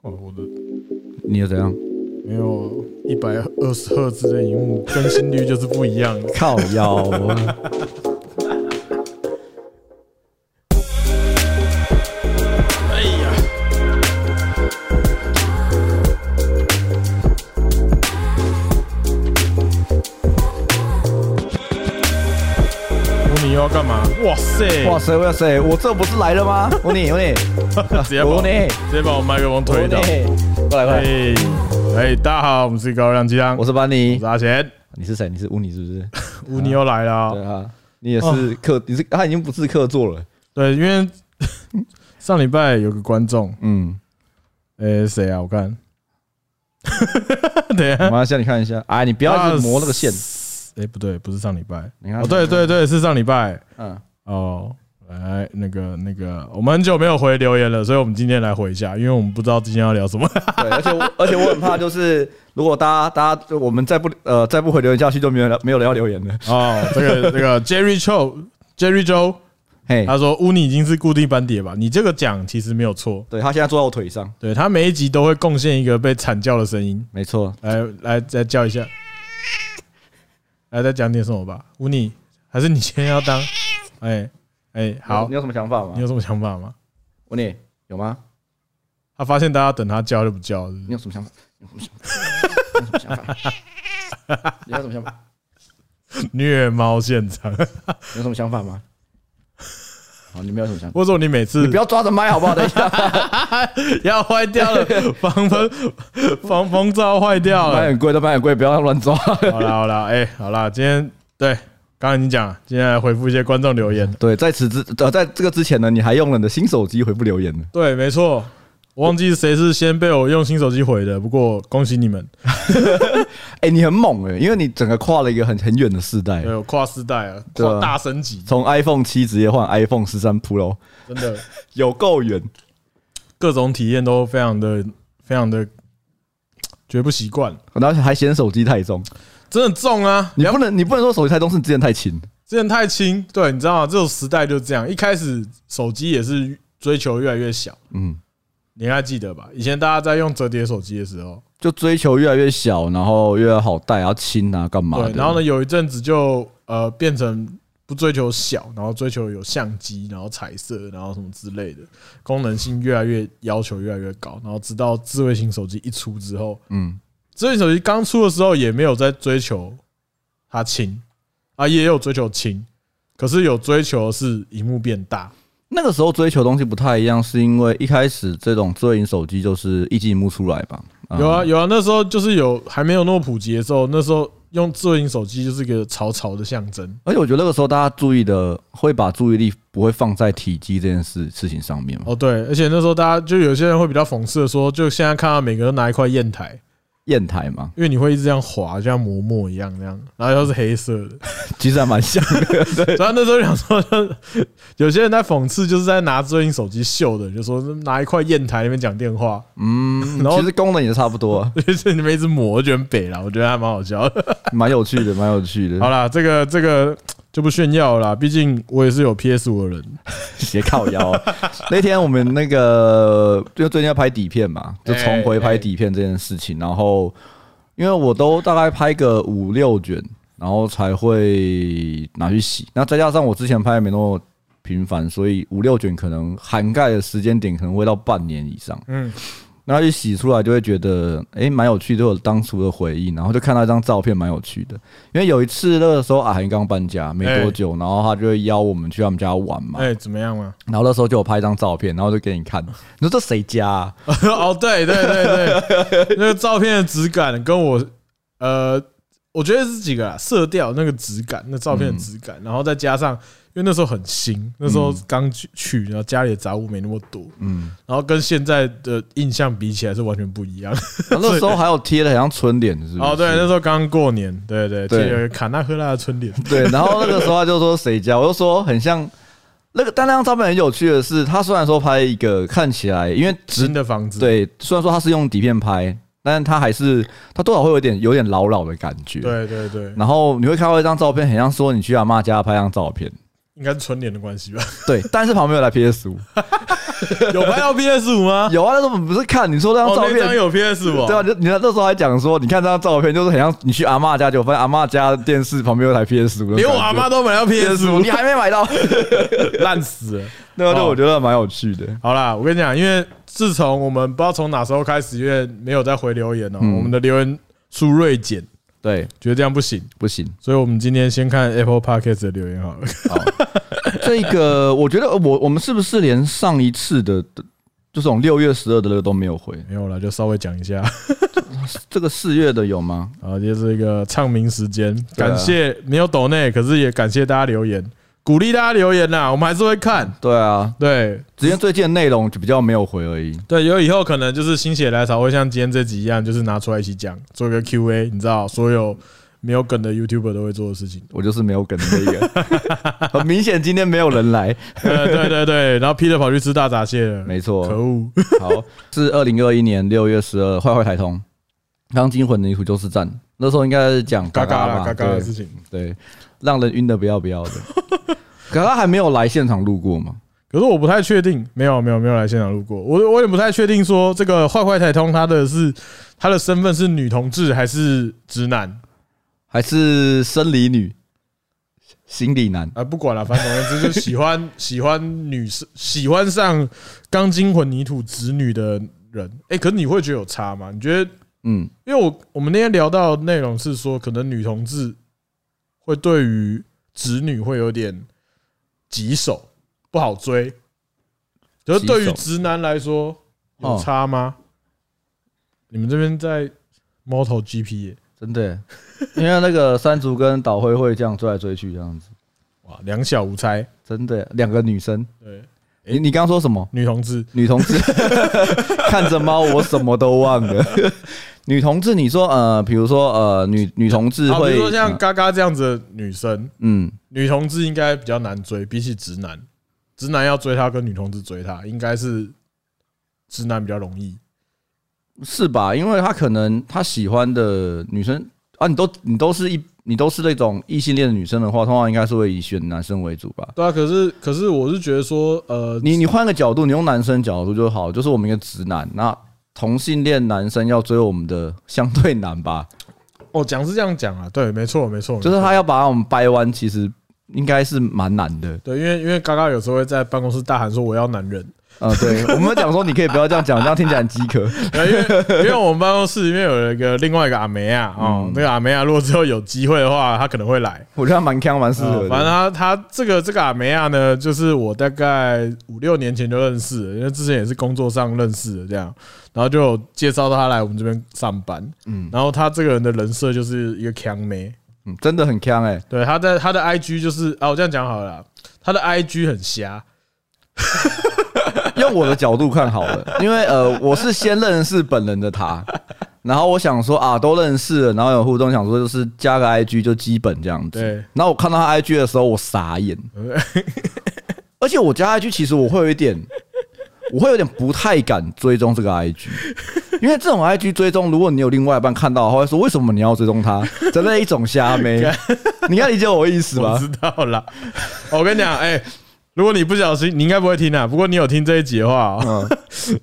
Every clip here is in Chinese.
哦，我的你又怎样？没有一百二十赫兹的荧幕更新率就是不一样。靠腰。 啊哎呀，你要干嘛？哇塞！ 哇塞哇塞，我这不是来了吗？我你我你 直接把我我呢直接把我麦克风推我倒。你，过来过来，哎哎，大家好，我们是高亮鸡汤，我我是班尼是，阿贤，你是谁？你是乌尼是不是？哦乌尼又来了。对啊，你也是客，你是他已经不是客座了。对，因 为上礼拜有个观众，嗯，诶，谁啊？我看， 等一下，马来西亚你看一下，哎，你不不要一直磨那个线。诶，不对，不是上礼拜，你看，哦，对对，对，是上礼拜嗯，哦。来，那个那个，我们很久没有回留言了，所以我们今天来回一下，因为我们不知道今天要聊 什么。对，而且我而且我很怕，就是如果大家大家我们再不呃再不回留言下去，就没有人没有人要留言了。哦，这个这个 Jerry Cho Jerry Joe，嘿，他说乌尼已经是固定班底了吧？你这个讲其实没有错，对他现在坐在我腿上，对他每一集都会贡献一个被惨叫的声音。没错，来来再叫一下，来再讲点什么吧。乌尼，还是你先要 当？哎哎，好你，有什么想法吗你？有什么想法吗？我你有吗？他发现大家等他叫就不叫，是不是你有什么想法？你有什么想法？你有什么想法？虐猫现场。 你有什么想法吗？好，你没有什么想法，我说你每你次不要抓着麦好不好？等一下， 要坏掉 了，防风防风罩坏掉麦了。很贵的，麦很贵，不要乱抓。好啦好啦，哎好啦，今天对，刚才你讲了，今天来回复一些观众留言。对，在此之呃，在这个之前呢，你还用了你的新手机回复留言呢。对，没错。我忘记谁是先被我用新手机毁的，不过恭喜你们，哎，你很猛哎、因为你整个跨了一个很很远的世代，对，我跨世代啊，哎对啊跨大升级，从 iPhone 七直接换 iPhone 十三 Pro，真的。有够远。各种体验都非常的、非常的绝不习惯，然后还嫌手机太重，真的重啊！你不能你不能说手机太重是你之前太轻，之前太轻，对，你知道吗？这种时代就这样，一开始手机也是追求越来越小，嗯，你应该记得吧？以前大家在用折叠手机的时候，就追求越来越小，然后越来越好带，然后轻啊，干嘛的？对，然后呢，有一阵子就呃变成不追求小，然后追求有相机，然后彩色，然后什么之类的，功能性越来越要求越来越高，然后直到智慧型手机一出之后，嗯，智慧型手机刚出的时候也没有在追求它轻啊，也有追求轻，可是有追求的是荧幕变大，那个时候追求的东西不太一样，是因为一开始这种智慧型手机就是一机一幕出来吧？嗯有啊有啊，那时候就是有还没有那么普及的时候，那时候用智慧型手机就是一个潮潮的象征。而且我觉得那个时候大家注意的会把注意力不会放在体积这件事事情上面嘛。哦，对，而且那时候大家就有些人会比较讽刺的说，就现在看到每个人都拿一块砚台，砚台嘛，因为你会一直这样划，就像磨墨一样那样，然后又是黑色的，其实还蛮像 的。对，所以他那时候想说，就是有些人在讽刺，就是在拿智慧型手机秀的，就说拿一块砚台那边讲电话，嗯， 然后其实功能也差不多，啊就是 你们一直抹，我觉得很北啦，我觉得还蛮好笑的。蛮有趣的，蛮有趣的。好啦，这个这个就不炫耀了啦，毕竟我也是有 PS 五的人。 斜靠腰啊。那天我们那个就最近要拍底片嘛，就重回拍底片这件事情，然后因为我都大概拍个五六卷，然后才会拿去洗。那再加上我之前拍的没那么频繁，所以五六卷可能涵盖的时间点可能会到半年以上。嗯，那去洗出来就会觉得，诶，蛮有趣，都有当初的回忆。然后就看到一张照片，蛮有趣的。因为有一次那个时候阿涵刚搬家没多久，然后他就会邀我们去他们家玩嘛。哎，怎么样嘛？然后那时候就有拍一张照片，然后就给 你看，你说这谁家、啊？哦，对对对 对，那个照片的质感跟我呃，我觉得是几个啦，色调那个质感，那照片的质嗯感，然后再加上因为那时候很新，那时候刚去去，然后家里的杂物没那么多，嗯，然后跟现在的印象比起来是完全不一样。然后那时候还有贴的很像春联，是不是？哦，对，那时候刚过年，对对，对贴了个卡纳赫拉的春联，对。然后那个时候他就说谁家，我就说很像那个，但那张照片很有趣的是，他虽然说拍一个看起来，因为直新的房子，对，虽然说他是用底片拍，但是他还是他多少会有点有点老老的感觉。。对对对，然后你会看到一张照片，很像说你去阿妈家拍张照片，应该是春联的关系吧？对，但是旁边有来 PS 五，有拍 到 PS 五吗？有啊，那时候我们不是看你说那张哦，照那张片，有 PS 五，哦对啊，你你那时候还讲说，你看这张照片就是很像你去阿嬷家，就发现阿嬷家电视旁边有台 PS 五，连我阿妈都买到 PS PS 五 五，，你还没买到，烂死了。对啊，对，哦我觉得蛮有趣的。好啦，我跟你讲，因为自从我们不知道从哪时候开始，因为没有再回留言哦、嗯我们的留言数锐减，对，觉得这样不行，不行，所以我们今天先看 Apple Podcast 的留言好了。这 个我觉得我我们是不是连上一次的，的就这种六月十二的那个都没有回？没有啦，就稍微讲一下。 这个四月的有吗？好，这是一个唱名时间，对啊感谢没有抖内，可是也感谢大家留言，鼓励大家留言啦，我们还是会看。对啊，对只是最近的内容就比较没有回而已。对，有以后可能就是心血来潮，会像今天这集一样，就是拿出来一起讲，做一个 Q&A，你知道所有没有梗的 YouTuber 都会做的事情。 我就是没有梗的那 个，很明显今天没有人来。呃，对对对，然后 Peter 跑去吃大闸蟹了，没可错，恶。好，是二零二一年六月十二，坏坏台通，钢筋混凝土就是战。那时候应该是讲 嘎嘎嘎嘎啦，吧，嘎嘎的对事情。对，让人晕的不要不要的。嘎嘎还没有来现场录过吗？可是我不太确定，没有没有没有来现场录过，我我也不太确定说这个坏坏台通他的是他的身份是女同志还是直男还是生理女、心理男？啊？不管了，反正总而言之就是喜欢 喜欢女生喜欢上钢筋混凝土直女的人。哎，可是你会觉得有差吗？你觉得？嗯，因为我我们那天聊到的内容是说，可能女同志会对于直女会有点棘手，不好追。可是对于棘手直男来说，有差吗？你们这边在 Moto GP 耶真的耶，因为那个山竹跟岛灰会这样追来追去这样子，哇，两小无猜，真的耶两个女生。对，你你刚刚说什么？女同志女同志 看着猫，我什么都忘了。 女同志，你说呃，比如说呃，女女同志啊，比会如说像呃嘎嘎这样子的女生，嗯，女同志应该比较难追，比起直男，直男要追她跟女同志追她，应该是直男比较容易。嗯是吧？因为他可能他喜欢的女生啊，你都你都是一你都是那种异性恋的女生的话，通常应该是会以选男生为主吧？对啊，可是可是我是觉得说，呃，你你换个角度，你用男生角度就好，就是我们一个直男，那同性恋男生要追我们的相对难吧？哦，讲是这样讲啊，对，没错没错，就是没错他要把我们掰弯，其实应该是蛮难的。对，因为因为嘎嘎有时候会在办公室大喊说我要男人， 呃，对，我们讲说你可以不要这样讲，这样听起来很饥渴。对因为因为我们办公室里面有一个另外一个阿梅啊，哦，嗯那个阿梅啊，如果之后有机会的话，他可能会 来。我觉得他蛮强，蛮适合呃的。反正他他这个这个阿梅亚呢，就是我大概五六年前就认识了，因为之前也是工作上认识的这样，然后就有介绍到他来我们这边上班，嗯嗯，然后他这个人的人设就是一个强妹，嗯真的很强哎、对，他在他的 IG 就是啊，我这样讲好了啦，他的 IG 很瞎，用我的角度看好了，因为呃，我是先认识本人的他，然后我想说啊，都认识了，然后有互动，想说就是加个 IG 就基本这样子。对，然后我看到他 IG 的时候，我 傻眼，而且我加 IG 其实我会有一点，我会有点不太敢追踪这个 IG，因为这种 IG 追踪，如果你有另外一半看到的话，会说为什么你要追踪他？真的一 种瞎妹，你应该理解我意思我吧？知道啦。 我跟你讲，哎、如果你不小心，你应该不会听啊。不过你有听这一集的话、哦，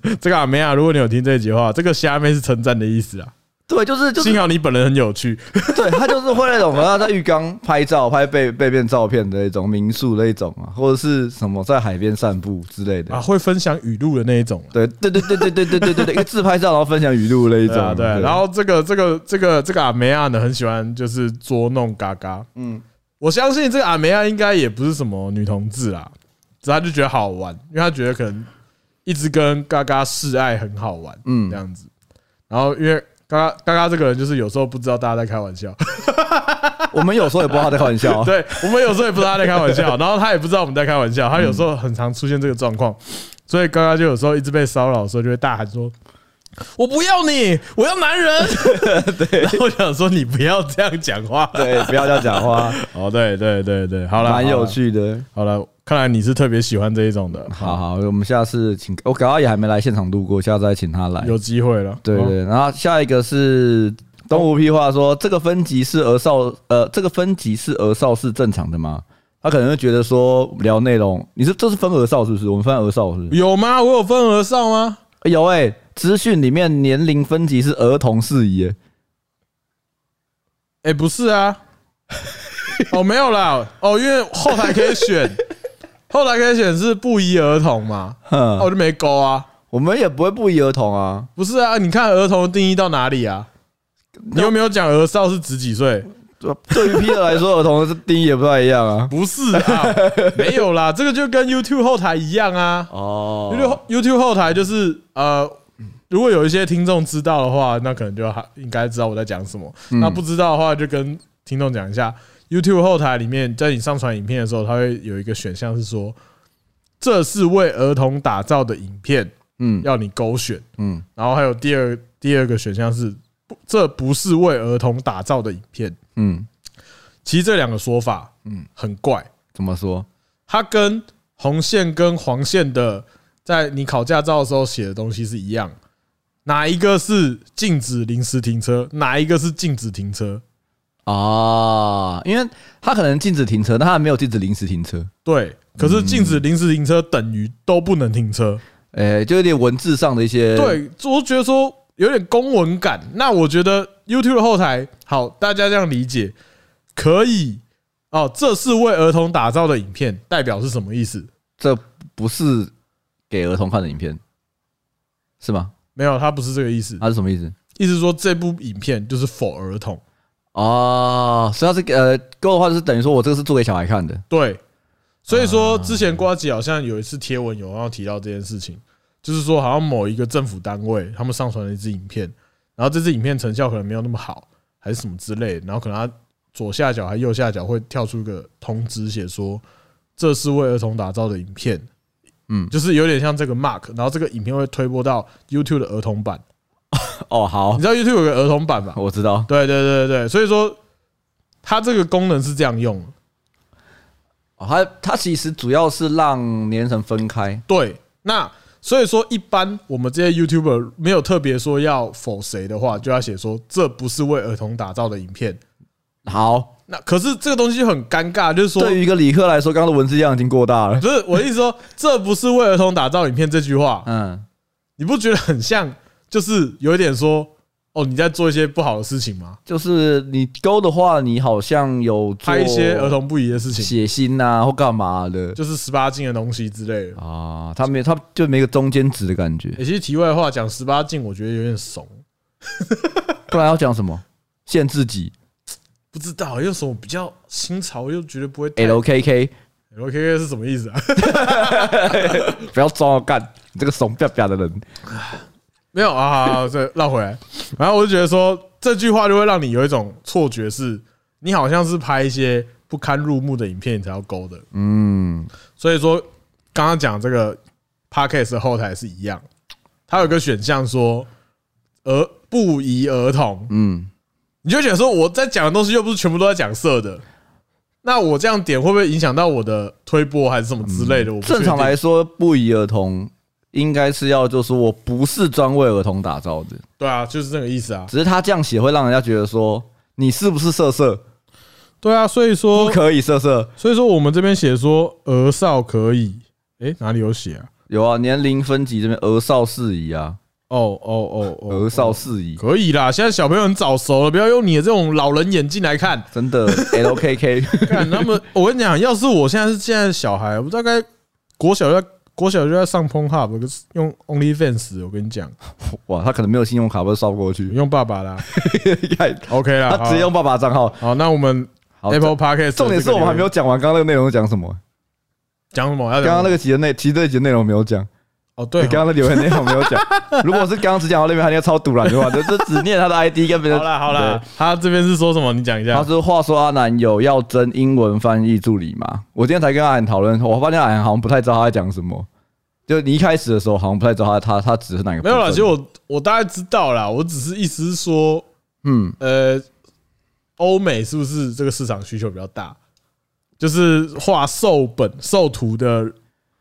嗯，这个阿妹啊，如果你有听这一集的话，这个虾妹是称赞的意思啊。对，就是就是幸好你本人很有趣，对他就是会那种，然后在浴缸拍照、拍背背面照片的一种民宿那一种啊，或者是什么在海边散步之类的。啊，会分享语录的那一种啊。对对对对对对对对对对，一个自拍照然后分享语录那一对种啊，。对啊。然后这个这个这个这个阿梅亚呢，很喜欢就是捉弄嘎嘎。嗯嗯，我相信这个阿梅亚应该也不是什么女同志啦，只是她就觉得好玩，因为她觉得可能一直跟嘎嘎示爱很好玩，嗯，嗯这样子。然后因为嘎嘎嘎嘎这个人就是有时候不知道大家在开玩笑，我们有时候也不知道他在开玩笑啊，对我们有时候也不知道他在开玩笑，然后他也不知道我们在开玩笑，他有时候很常出现这个状况，所以嘎嘎就有时候一直被骚扰的时候就会大喊说。我不要你，我要男人。 对，然后我想说你不要这样讲话。对，不要这样讲话， 哦，对对对对，好了，蛮好有啦。哎趣的。好了，看来你是特别喜欢这一种的。好好，我们下次请我搞到也还没来现场录过，下次再请他来。有机会了。对哦，对，然后下一个是东吴屁话说，这个分级是儿少，呃，这个分级是儿少是正常的吗？他可能会觉得说聊内容，你是这是分额少是不是？我们分额少是不是？有吗？我有分额上吗？哎有哎、资讯里面年龄分级是儿童事宜、欸，哎、不是 啊，哦，没有啦，哦，因为后台可以选，后台可以选是不宜儿童嘛，那、哼，我就没勾啊。我们也不会不宜儿童啊。不是啊，你看儿童的定义到哪里啊？你有没有讲儿少是指几岁？对于 Peter 来说，儿童的定义也不太一样啊。不是啊， 没有啦，这个就跟 YouTube 后台一样 啊。哦 YouTube 后 YouTube 后台就是呃，如果有一些听众知道的话，那可能就还应该知道我在讲什么。嗯那不知道的话，就跟听众讲一下。YouTube 后台里面，在你上传影片的时候，它会有一个选项是说，这是为儿童打造的影片，嗯要你勾选。嗯，然后还有第二第二个选项是，不这不是为儿童打造的影片。嗯，其实这两个说法，嗯嗯，很怪。怎么说？它跟红线跟黄线的，在你考驾照的时候写的东西是一样。哪一个是禁止临时停车？哪一个是禁止停车？啊，因为他可能禁止停车，但他没有禁止临时停车，对，可是禁止临时停车等于都不能停车。诶、就有点文字上的一些，对，我觉得说有点公文感。那我觉得 YouTube 的后台，好，大家这样理解可以。哦，这是为儿童打造的影片，代表是什么意思？这不是给儿童看的影片，是吗？没有，它不是这个意思，他是什么意思？意思是说这部影片就是否儿童。哦，所以他是给呃，够的话就是等于说我这个是做给小孩看的，对，所以说之前瓜吉好像有一次贴文有要提到这件事情，就是说好像某一个政府单位他们上传了一支影片，然后这支影片成效可能没有那么好，还是什么之类，然后可能它左下角还右下角会跳出一个通知，写说这是为儿童打造的影片。嗯就是有点像这个 mark，然后这个影片会推播到 YouTube 的儿童版，哦，好你，知道 YouTube 有个儿童版吧？我知道，对对对对对，所以说它这个功能是这样用的，哦、他他其实主要是让年龄层分开，对，那所以说，一般我们这些 YouTuber 没有特别说要否谁的话，就要写说这不是为儿童打造的影片。好，那可是这个东西就很尴尬，就是说，对于一个理科来说，刚刚的文字量已经过大了，不是我的意思说，这不是为儿童打造影片这句话，嗯，你不觉得很像，就是有一点说，哦，你在做一些不好的事情吗？就是你勾的话，你好像有做拍一些儿童不宜的事情，血腥呐、或干嘛的就是十八禁的东西之类的。啊，他没他就没个中间值的感觉，也其实题外话讲十八禁，我觉得有点怂，不然要讲什么？限制级不知道有什么比较新潮又绝对不会哎太。 LKK， LKK 是什么意思啊？不要装我干，你这个怂彪彪的人。没有啊，好好这绕回来。然后我就觉得说，这句话就会让你有一种错觉，是你好像是拍一些不堪入目的影片你才要勾的。嗯，所以说，刚刚讲这个 podcast 的后台是一样，它有一个选项说儿不宜儿童，嗯，你就觉得说我在讲的东西又不是全部都在讲色的，那我这样点会不会影响到我的推播还是什么之类的？我不确定嗯正常来说，不宜儿童应该是要就是我不是专为儿童打造的，对啊，就是这个意思啊。只是他这样写会让人家觉得说你是不是色色，对啊，所以说不可以色色。所以说我们这边写说儿少可以，诶，哪里有写啊？有啊，年龄分级这边儿少适宜啊，哦哦哦哦，儿少适宜，可以啦。现在小朋友很早熟了，不要用你的这种老人眼镜来看。真的 LKK 看他们， 我跟你讲，要是我现在是现在的小孩，我大概国小就在国小就在上 p o n h u b 用 OnlyFans，我跟你讲，哇，他可能没有信用卡，不是烧 过去，用爸爸啦，OK 啦，他直接用爸爸账号。好。好，那我们好 Apple Podcast 重点是我们还没有讲完刚刚那个内容是讲什么，讲什么，要刚讲刚个那个集的内，其实这集的内容没有讲，哦，你对，刚刚的留言内容没有 讲。如果是刚刚只讲到那边，他应该超堵然对吧？这这只念他的 ID 跟别人。好啦好啦，他这边是说什么？你讲一对。下他。说：“话说阿南有要争英文翻译助理吗？我今天才跟阿南讨论，我发现阿南好像不太知道他在讲什么。就你一开始的时候，好像不太知道他他他指的是哪个部没分。有啦，其实我我大概知道啦，我只是意思是说，嗯，呃，欧美是不是这个市场需求比较大？就是画兽本、兽图的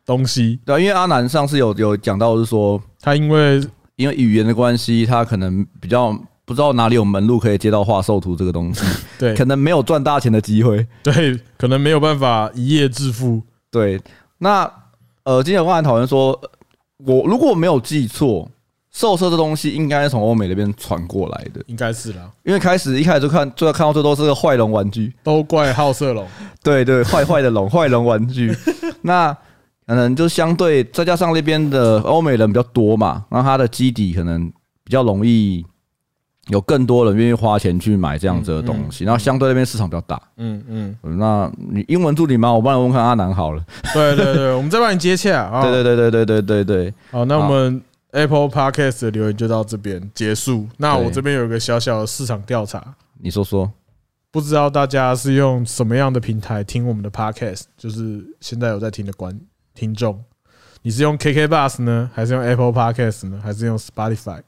东西，对啊，因为阿南上次有有讲到，是说它因为因为语言的关系，他可能比较不知道哪里有门路可以接到画兽图这个东西， 对可能没有赚大钱的机会。对，可能没有办法一夜致富。对，那呃，今天我刚才讨论说，呃我如果没有记错，兽舍这东西应该是从欧美那边传过来的，应该是啦，因为开始一开始就看，最后看到最多是个坏龙玩具，都怪好色龙。对对，坏坏的龙，坏龙玩具。那可能就相对再加上那边的欧美人比较多嘛，然后它的基底可能比较容易有更多人愿意花钱去买这样子的东西，然后相对那边市场比较大。嗯嗯，那你英文助理吗？我帮你问看阿南好了。对对对，我们再帮你接洽啊。对对对对对对对对，好，那我们 Apple Podcast 的留言就到这边结束。那我对这边有一个小小的市场调查，你说说。不知道大家是用什么样的平台听我们的 Podcast？就是现在有在听的观听众，你是用 KK Bus 呢，还是用 Apple Podcast 呢，还是用 Spotify，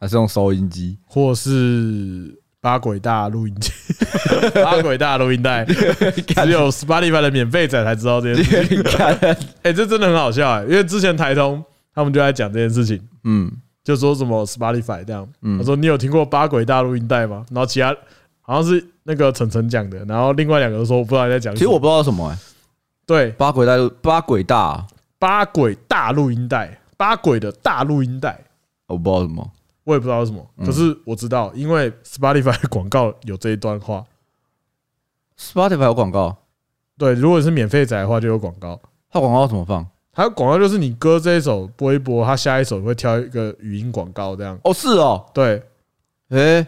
还是用收音机， 或是八轨大录音机、 八轨大录音 带？只有 Spotify 的免费仔才知道这件事。你看，哎、这真的很好笑哎、因为之前台通他们就在讲这件事情。嗯，就说什么 Spotify 这样，他说你有听过八轨大录音带吗？然后其他好像是那个晨晨讲的，然后另外两个都说我不知道你在讲其什么。实我不知道什么、欸，对八轨大陆八轨大啊，八轨大录音带，八轨的大录音带，我不知道什么，我也不知道是什么，可是我知道，因为 Spotify 的广告有这一段话。 Spotify 有广告，对，如果你是免费仔的话，就有广告。它广告怎么放？它的广告就是你歌这一首播一播，它下一首会挑一个语音广告这样。哦，是哦，对，诶、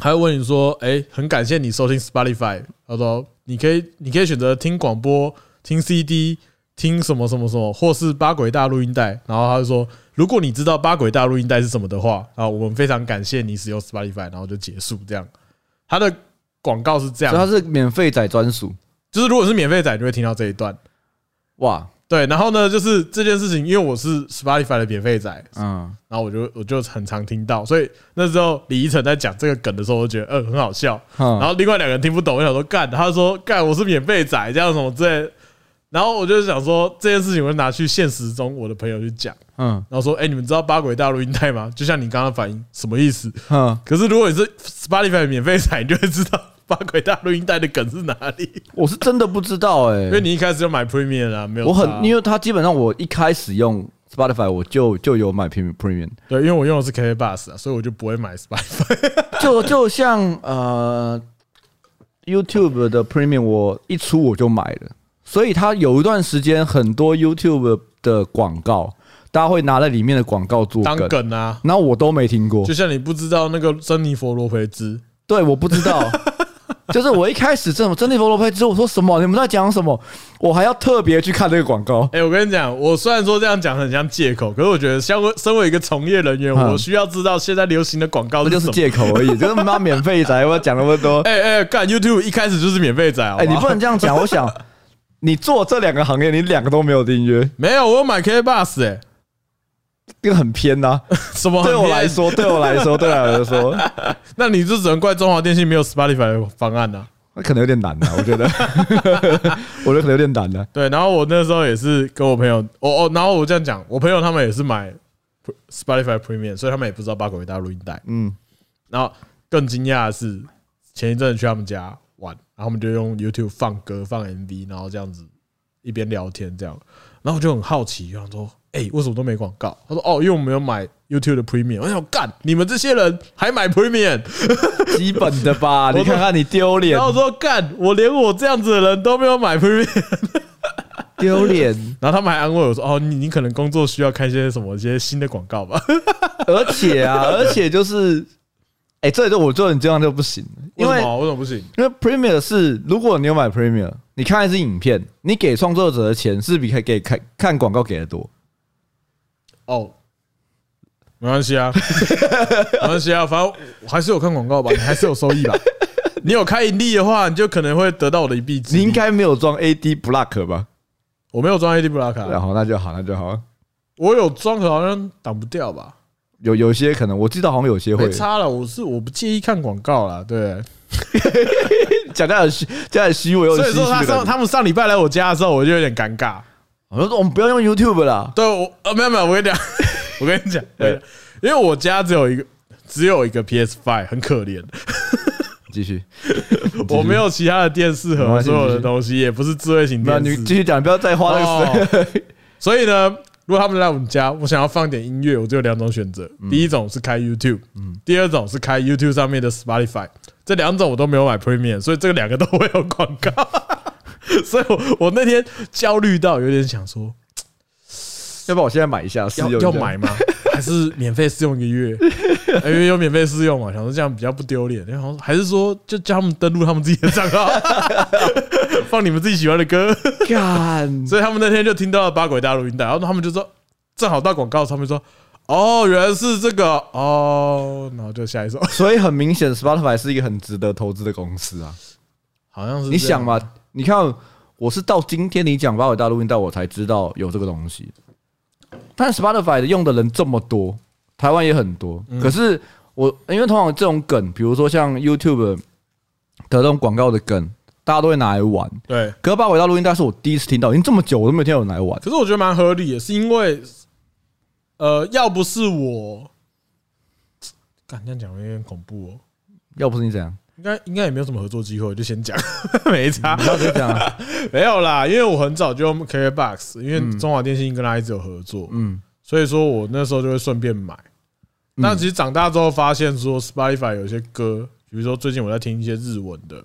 还会问你说，哎、很感谢你收听 Spotify。他说，你可以，你可以选择听广播、听 CD、听什么什么什么，或是八轨大录音带。然后他就说，如果你知道八轨大录音带是什么的话，啊，我们非常感谢你使用 Spotify。然后就结束这样。他的广告是这所以它样，是免费仔专属，就是如果是免费仔，你就会听到这一段。哇，对，然后呢，就是这件事情，因为我是 Spotify 的免费仔，嗯，然后我就我就很常听到，所以那时候李依晨在讲这个梗的时候，我就觉得嗯很好笑。然然后另外两个人听不懂，我想说干，他说干我是免费仔这样什么之类的，然后我就想说这件事情我就拿去现实中我的朋友去讲，嗯然后说哎、你们知道八轨大录音带吗？就像你刚刚反应什么意 思？嗯，可是如果你是 Spotify 免费仔，你就会知道八轨大录音带的梗是哪里，我是真的不知道诶、因为你一开始就买 Premium 啦，没有我差啊很，因为它基本上我一开始用 Spotify 我就就有买 Premium Premium，对，因为我用的是 KK Bus 啊，所以我就不会买 Spotify。 就就像呃 YouTube 的 Premium，我一出我就买了，所以它有一段时间很多 YouTube 的广告，大家会拿在里面的广告做当梗，梗啊，那我都没听过就，像你不知道那个珍妮佛罗培兹，对，我不知 道。就是我一开始这种珍妮佛罗佩兹，我说什么？你们在讲什么？我还要特别去看这个广告。哎、我跟你讲，我虽然说这样讲很像借口，可是我觉得，像我身为一个从业人员，嗯我需要知道现在流行的广告是那就什是么。借口而已，就是妈免费仔，我讲那么多。哎哎，干、YouTube 一开始就是免费仔，好哎，不你好不能这样讲。我想，你做这两个行业，你两个都没有订阅，没有，我有买 K Bus 哎、这个很偏啊呐、什么？对我来， 说，对我来说，对我来说，那你就只能怪中华电信没有 Spotify 的方案啊呐、那可能有点难啊，我 觉得，我觉得可能有点难啊。对，然后我那时候也是跟我朋友，哦哦，然后我这样讲，我朋友他们也是买 Spotify Premium，所以他们也不知道八轨大录音带。嗯，然后更惊讶的是，前一阵子去他们家玩，然后我们就用 YouTube 放歌、放 MV，然后这样子一边聊天这样。然后我就很好奇，我想说，哎、为什么都没广告？他说，哦，因为我没有买 YouTube 的 Premium。我想干，你们这些人还买 Premium？基本的吧，你看看你丢脸然，后我说，干，我连我这样子的人都没有买 Premium。丢脸，然后他们还安慰我说，哦，你你可能工作需要看一些什么一些新的广告吧？而且 啊，而且就是，哎，这就我做你这样就不行了，因为为什么？啊为什么不行？因为 Premier 是，如果你有买 Premier，你看一支影片，你给创作者的钱是比给看看广告给的多。哦，没关系 啊，没关系啊，反正我还是有看广告吧，你还是有收益 吧。你有开盈利的话，你就可能会得到我的一臂之你应力。该没有装 AD Block 吧？我没有装 AD 布拉然卡，后那就啊好，那就好。我有装，可好像挡不掉吧？有有些可能，我记得好像有些会没差了，我是我不介意看广告啦，对。讲的很虚，讲得很虚伪又很所唏以嘘说他的感 觉上他们上礼拜来我家的时候，我就有点尴尬。我说我们不要用 YouTube 啦，对我呃没有没有，我跟你讲，我跟你讲，我跟你讲因为我家只有一个，只有一个 PS Five，很可怜。继续，我没有其他的电视没盒，关系所有继的续东西也不是智慧型那电你视。继续讲，不要再花哦那个时间。 所以呢，如果他们来我们家，我想要放点音乐，我就有两种选择：嗯第一种是开 YouTube，第二种是开 YouTube 上面的 Spotify。这两种我都没有买 Premium，所以这个两个都会有广告。 所以我我那天焦虑到有点想说，要不然我现在买一下，试要用一下要买吗？ 还是免费试用一个月？哎因为有免费试用嘛，想说这样比较不丢脸。然后还是说，就叫他们登录他们自己的账 号，放你们自己喜欢的歌。 干，所以他们那天就听到了八轨大录音带，然后他们就说，正好到广告上面说，哦，原来是这个哦，然后就下一首，所以很明显，Spotify 是一个很值得投资的公司啊。好像是你这样想，嘛，你看，我是到今天你讲八尾大录音带，我才知道有这个东西。但 Spotify 的用的人这么多，台湾也很多，嗯可是我因为通常这种梗，比如说像 YouTube 的这种广告的梗，大家都会拿来玩。对，可是八尾大录音带是我第一次听到，已经这么久我都没有听到有人来玩。可是我觉得蛮合理的，是因为，呃，要不是我，敢这样讲有点恐怖哦，要不是你怎样，应该应该也没有什么合作机会，就先讲， 没差，你要是这样 啊，没没有啦，因为我很早就用 KKBOX，因为中华电信跟他一直有合作，嗯，所以说我那时候就会顺便买。但其实长大之后发现，说 Spotify 有些歌，比如说最近我在听一些日文的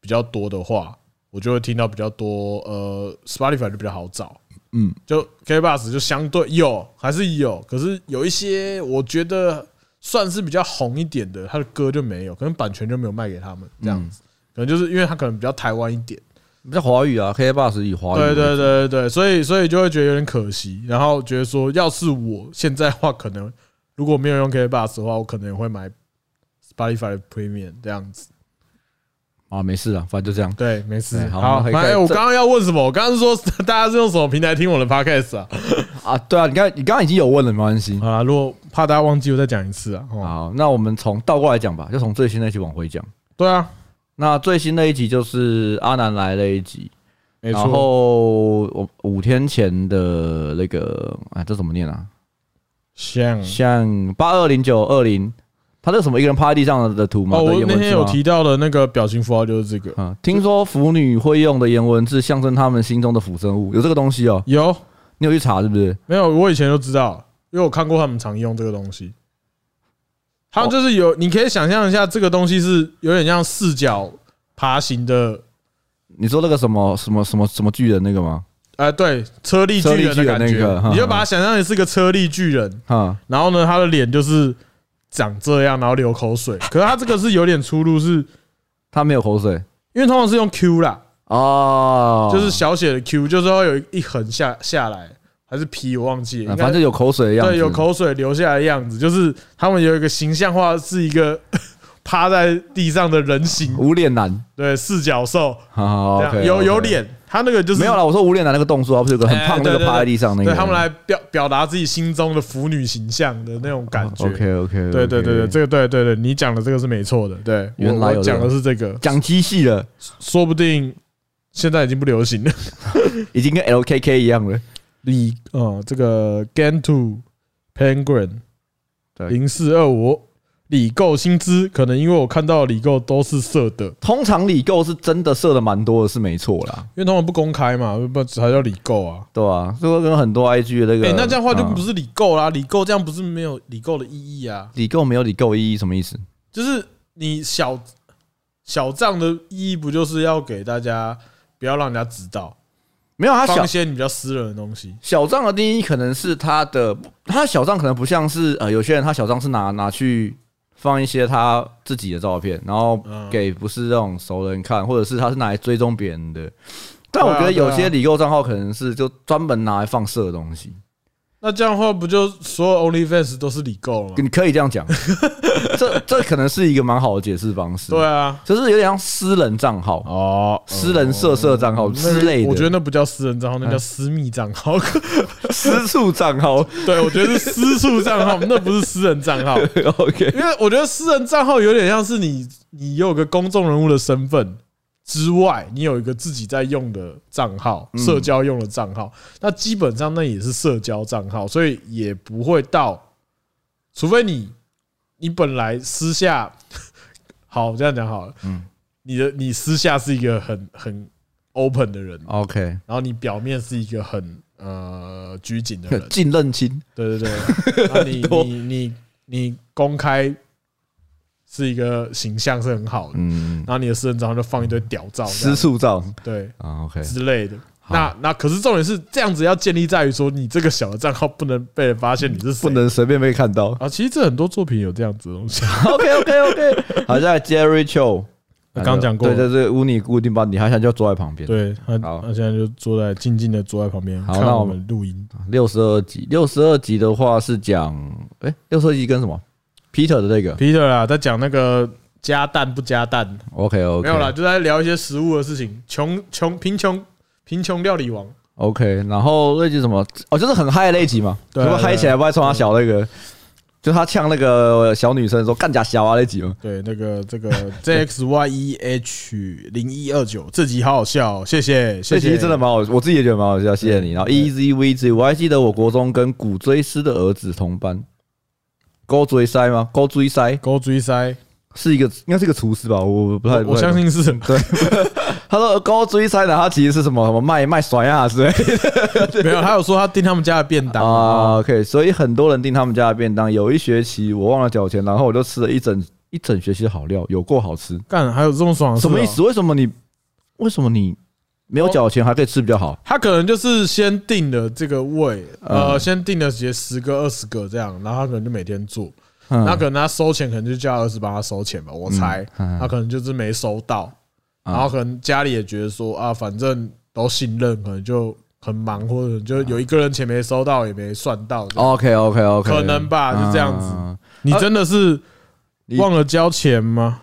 比较多的话，我就会听到比较多。呃，Spotify 就比较好找，嗯，就 KBox 就相对有还是有，可是有一些我觉得算是比较红一点的，他的歌就没有，可能版权就没有卖给他们这样嗯子，可能就是因为他可能比较台湾一点。比较华语啊，K Bus 以华语对为主，对对对对，所以所以就会觉得有点可惜，然后觉得说，要是我现在的话，可能如果没有用 K Bus 的话，我可能也会买 Spotify 的 Premium 这样子。啊，没事啊，反正就这样。对，没事对。好好，我们反可以正我这刚刚要问什么？我刚刚说 大家是用什么平台听我的 Podcast 啊？啊，对啊，你刚你刚刚已经有问了，没关系。啊，如果怕大家忘记，我再讲一次啊。哦，好，那我们从倒过来讲吧，就从最新那一集往回讲。对啊，那最新那一集就是阿南来那一集，没然错。后我五天前的那个，哎，这怎么念啊？像嗯像八二零九二零，他那什么一个人趴在地上的图嘛？哦，的我颜那文天字有吗提到的那个表情符号就是这个，啊，听说腐女会用的颜文字象征他们心中的腐生物，有这个东西哦，有你有去查是不是？没有？我以前就知道，因为我看过他们常用这个东西。他们就是有，你可以想象一下，这个东西是有点像四脚爬行的，你说那个什么什么什么什么巨人那个吗？呃，对，车力巨人的感车力巨人那个觉。哈你就把它想象成是个车力巨人，哈，然后呢，他的脸就是长这样，然后流口水。可是他这个是有点出入，是他没有口水因为通常是用 Q 啦，哦，就是小写的 Q，就是会有一横下下来，还是 P 我忘记了，啊应反该正有口水的样子，对，有口水流下来的样子，就是他们有一个形象化，是一个 趴在地上的人形，无脸男。对，四脚兽，好这样有有脸，他那个就是没有啦，我说无脸男那个动作啊，不是有个很哎胖那对个对趴在地上那个？哦对他们来表表达自己心中的腐女形象的那种感觉。 OK OK，对对对对，这个对对对，你讲的这个是没错的，对我原来有这我讲个的是这个，讲机器了，说不定现在已经不流行了。已经跟 LKK 一样了。 李呃，这个 Gantu Penguin 对零四二五李购薪资，可能因为我看到李购都是色的，因通常理购是真的射的蛮多的，是没错啦，为他们不公开嘛，不才叫李购啊。对吧、啊？这个跟很多 IG 的那个，哎，那这样的话就不啊是李购啦，李购这样不是没有李购的意义啊，理购没有理购意义，什么意思？就是你小小账的意义不就是要给大家不要让人家知道，没有，他放小一些你比较私人的东西。小账的定义可能是他的，他的小账可能不像是呃有些人他小账是拿拿去放一些他自己的照片，然后嗯给不是那种熟人看，或者是他是拿来追踪别人的。但我觉对得啊对啊有些理购账号可能是就专门拿来放射的东西，那这样的话不就所有 OnlyFans 都是李购了吗？你可以这样讲， 这这可能是一个蛮好的解释方式。对，啊，就是有点像私人账号、哦，私人色色账号之类的，哎我觉得那不叫私人账号，那叫私密账号。 私处账号。对，我觉得是私处账号，那不是私人账号。 OK，因为我觉得私人账号有点像是你，你有个公众人物的身份之外，你有一个自己在用的账号，社交用的账号，那基本上那也是社交账号，所以也不会到，除非你你本来私下好这样讲好了，嗯你的你私下是一个很很 open 的哦人， ，OK，然后你表面是一个很呃拘谨的人，近认亲，对对 对，那你多你你你公开是一个形象是很好的，嗯，然后你的私人账号就放一堆屌照这吃样，素照对啊，OK，之类的。好那那可是重点是这样子，要建立在于说你这个小的账号不能被人发现你是谁不能随便被看到。 啊。其实这很多作品有这样子的东西， OK OK OK，好，再来 Jerry Cho，我刚讲过对，这是污泥固定班底，他现在就坐在旁边。对，他好他现在就坐在静静的坐在旁边好看那我我们录音。六十二集，六十二集的话是讲，哎，六十二集跟什么？Peter 的那个 Peter 啦，在讲那个加蛋不加蛋， ，OK OK，没有啦，就在聊一些食物的事情。穷穷贫穷贫穷料理王， OK，然后那集什么？哦，就是很嗨的那一集嘛，对什啊么嗨起来不爱冲他小那个，就他呛那个小女生说干假小啊那集嘛。对，那个这 个 ZXYEH E 零一二九，这集好好笑哦，谢谢谢这集谢，真的蛮好，我自己也觉得蛮好笑，谢谢你。然后 Easy V Z，我还记得我国中跟骨锥师的儿子同班，勾锥塞吗？勾锥塞勾追塞，是一个，应该是一个厨师吧，我我不太我我相。不太懂信是他说勾锥塞，然后他其实是什么什么卖卖甩啊之类 的没有，他有说他订他们家的便当啊，啊。OK，所以很多人订他们家的便当，有一学期我忘了缴钱，然后我就吃了一整一整学期的好料，有够好吃。干还有这么爽的事什哦么意思？？为什么你为什么你没有缴钱还可以吃比较好？他可能就是先定了这个位，嗯呃，先定了些十个、二十个这样，然后他可能就每天做，嗯那可能他收钱，可能就叫儿子帮他收钱吧，我猜，嗯他可能就是没收到，然后可能家里也觉得说啊，反正都信任，可能就很忙，或者就有一个人钱没收到也没算到， OK OK OK，可能吧就这样子哦你啊真的是你忘了交钱吗？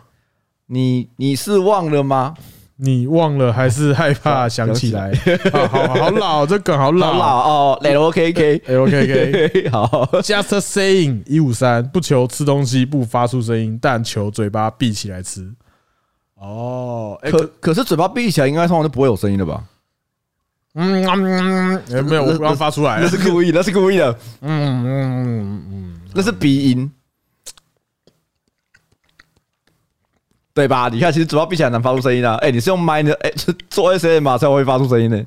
你你是忘了吗？你忘了还是害怕 想起来？啊好好好老，这梗好老老。 老哦，L K K L K K。 好 Just saying，一五三不求吃东西不发出声音，但求嘴巴闭起来吃。哦，哎、可可是嘴巴闭起来，应该通常就不会有声音了吧？嗯嗯嗯，哎没有，我刚发出来 那了。是故意，那是故意的，嗯嗯嗯嗯嗯，那是鼻音，对吧？你看，其实嘴巴闭起来很难发出声音啊。哎，你是用麦的，哎，是做 S M 啊嘛才会发出声音的，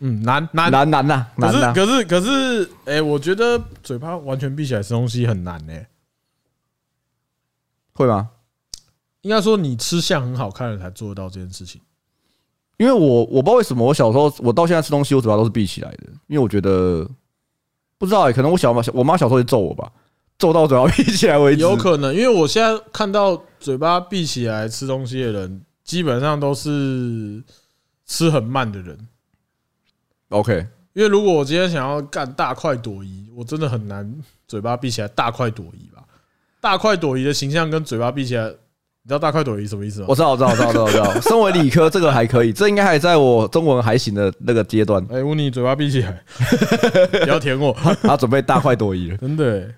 嗯，难难。啊难难呐，可难啊是呐。可是可是，哎、我觉得嘴巴完全闭起来吃东西很难呢、会吗？应该说你吃相很好看了才做得到这件事情。因为我我不知道为什么，我小时候我到现在吃东西，我嘴巴都是闭起来的，因为我觉得不知道哎、可能我小妈我妈小时候就揍我吧，揍到我嘴巴闭起来为止。有可能，因为我现在看到嘴巴闭起来吃东西的人，基本上都是吃很慢的人。 OK，因为如果我今天想要干大快朵颐，我真的很难嘴巴闭起来大快朵颐吧？大快朵颐的形象跟嘴巴闭起来，你知道大快朵颐什么意思吗我？知道，我知道，我知道，我知道。我知道身为理科，这个还可以，这应该还在我中文还行的那个阶段。哎，乌尼嘴巴闭起来， 不要舔我，他准备大快朵颐了。 真的欸、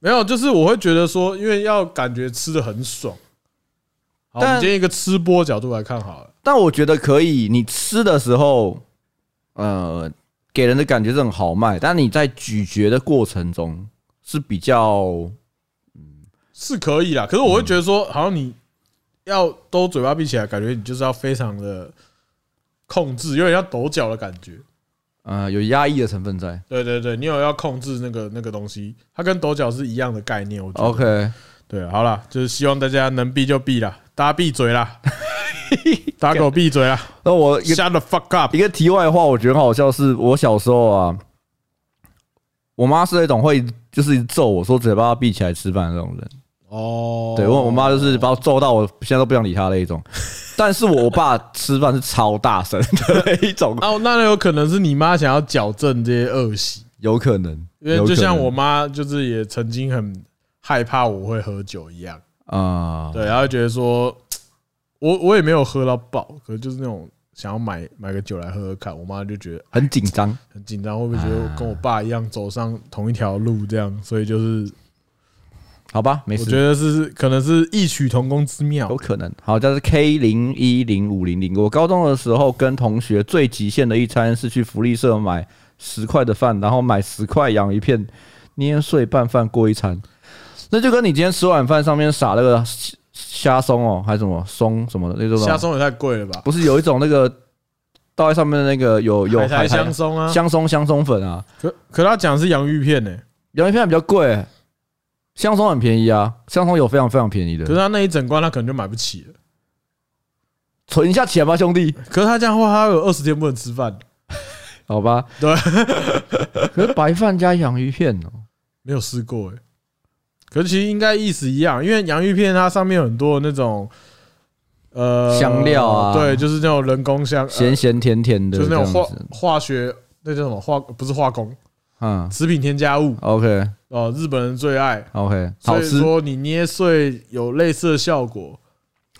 没有，就是我会觉得说，因为要感觉吃的很爽。好，我但们今天一个吃播角度来看好了。但我觉得可以，你吃的时候，呃，给人的感觉是很豪迈，但你在咀嚼的过程中是比较是可以啦，可是我会觉得说，好像你要都嘴巴闭起来，感觉你就是要非常的控制，有点像抖脚的感觉。呃有压抑的成分在。对对对，你有要控制那个那个东西，它跟抖脚是一样的概念。我觉得 OK，对，好啦，就是希望大家能闭就闭啦，大家闭嘴 啦，打狗闭嘴啦那我一个，Shut the fuck up！一个题外话，我觉得很好笑，是我小时候啊，我妈是那种会就是一直揍我说嘴巴要闭起来吃饭的那种人。哦，对我我妈就是把我揍到我现在都不想理她那一种。但是我爸吃饭是超大声的那一种，哦，那有可能是你妈想要矫正这些恶习，有可能，因为有就可像能我妈就是也曾经很害怕我会喝酒一样。啊，对，然后觉得说，我我也没有喝到爆，可是就是那种想要买买个酒来喝喝看。我妈就觉得很紧张。很紧张，会不会觉得我跟我爸一样走上同一条路这样？所以就是好吧，没我事，觉得是可能是异曲同工之妙有。可能。好，这是 K 零一零五零零。我高中的时候跟同学最极限的一餐是去福利社买十块的饭，然后买十块洋芋片，捏碎拌饭过一餐。那就跟你今天吃晚饭上面撒那个虾松哦，还是什么松什么的那种虾，松也太贵了吧？不是有一种那个倒在上面的那个有有海苔海苔香松啊，香松香松粉啊，可可他讲的是洋芋片呢、洋芋片比较贵，香松很便宜啊，香松有非常非常便宜可是的，他那一整罐他可能就买不起了。存一下钱吧，兄弟，可是他这样的话，他有二十天不能吃饭，好吧？ 对，可是白饭加洋芋片哦，没有试过哎、可是其实应该意思一样，因为洋芋片它上面有很多那种呃香料啊对，就是那种人工香，呃咸咸甜甜的，就是那种这样化子，化学那叫什么化不是化工，嗯食品添加物，OK 哦、日本人最爱。 OK，好所以吃，说你捏碎有类似的效果，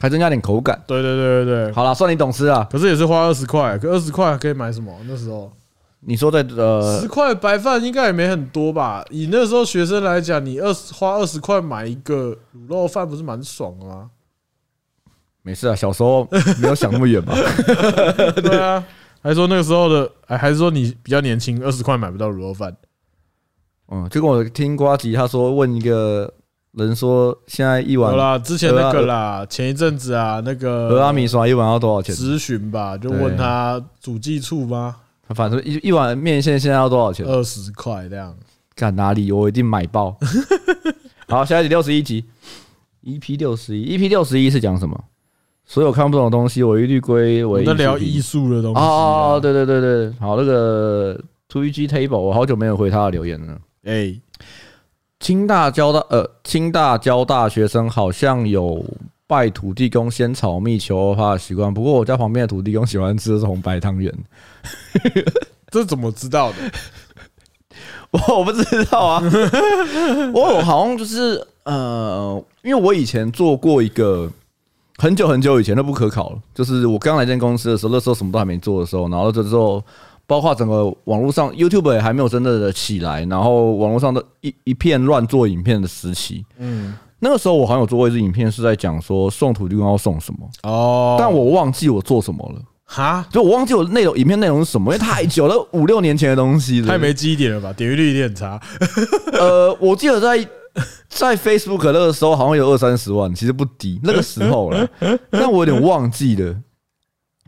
还增加点口感。对对对对对。好啦，算你懂事啊。可是也是花二十块，可二十块可以买什么？那时候你说在呃十，块白饭应该也没很多吧？以那时候学生来讲，你二十花二十块买一个卤肉饭，不是蛮爽的吗？没事啊，小时候没有想那么远吧？ 对啊，还说那个时候的，哎，还是说你比较年轻，二十块买不到卤肉饭。嗯，就跟我听瓜吉他说，问一个人说，现在一碗有啦，之前那个啦，前一阵子啊，那个俄阿米刷一碗要多少钱？咨询吧，就问他主计处吗？反正一一碗面线现在要多少钱？二十块这样。干哪里？我一定买 爆。好，下一集六十一集，EP 六十一，EP 六十一是讲什么？所有看不懂的东西，我一律归我为们在聊艺术品艺术的东西、哦啊。哦哦，对对对对，好，那个 Two G Table，我好久没有回他的留言了。哎，清大交大呃，清大交大学生好像有拜土地公先炒蜜求欧趴的习惯，不过我家旁边的土地公喜欢吃的是红白汤圆，这怎么知道的？ 我我不知道 啊，我好像就是呃，因为我以前做过一个。很久很久以前，那不可考了。就是我刚来这间公司的时候，那时候什么都还没做的时候，然后这时候包括整个网络上 YouTube 也还没有真的的起来，然后网络上的一一片乱做影片的时期，嗯，那个时候我好像有做过一支影片，是在讲说送土地公要送什么，哦，但我忘记我做什么了，哈，就我忘记我内容影片内容是什么，因为太久了，五六年前的东西了。太没记忆点了吧？点击率一定很差。呃，我记得在在 Facebook 那个时候好像有二三十万，其实不低，那个时候了，但我有点忘记了。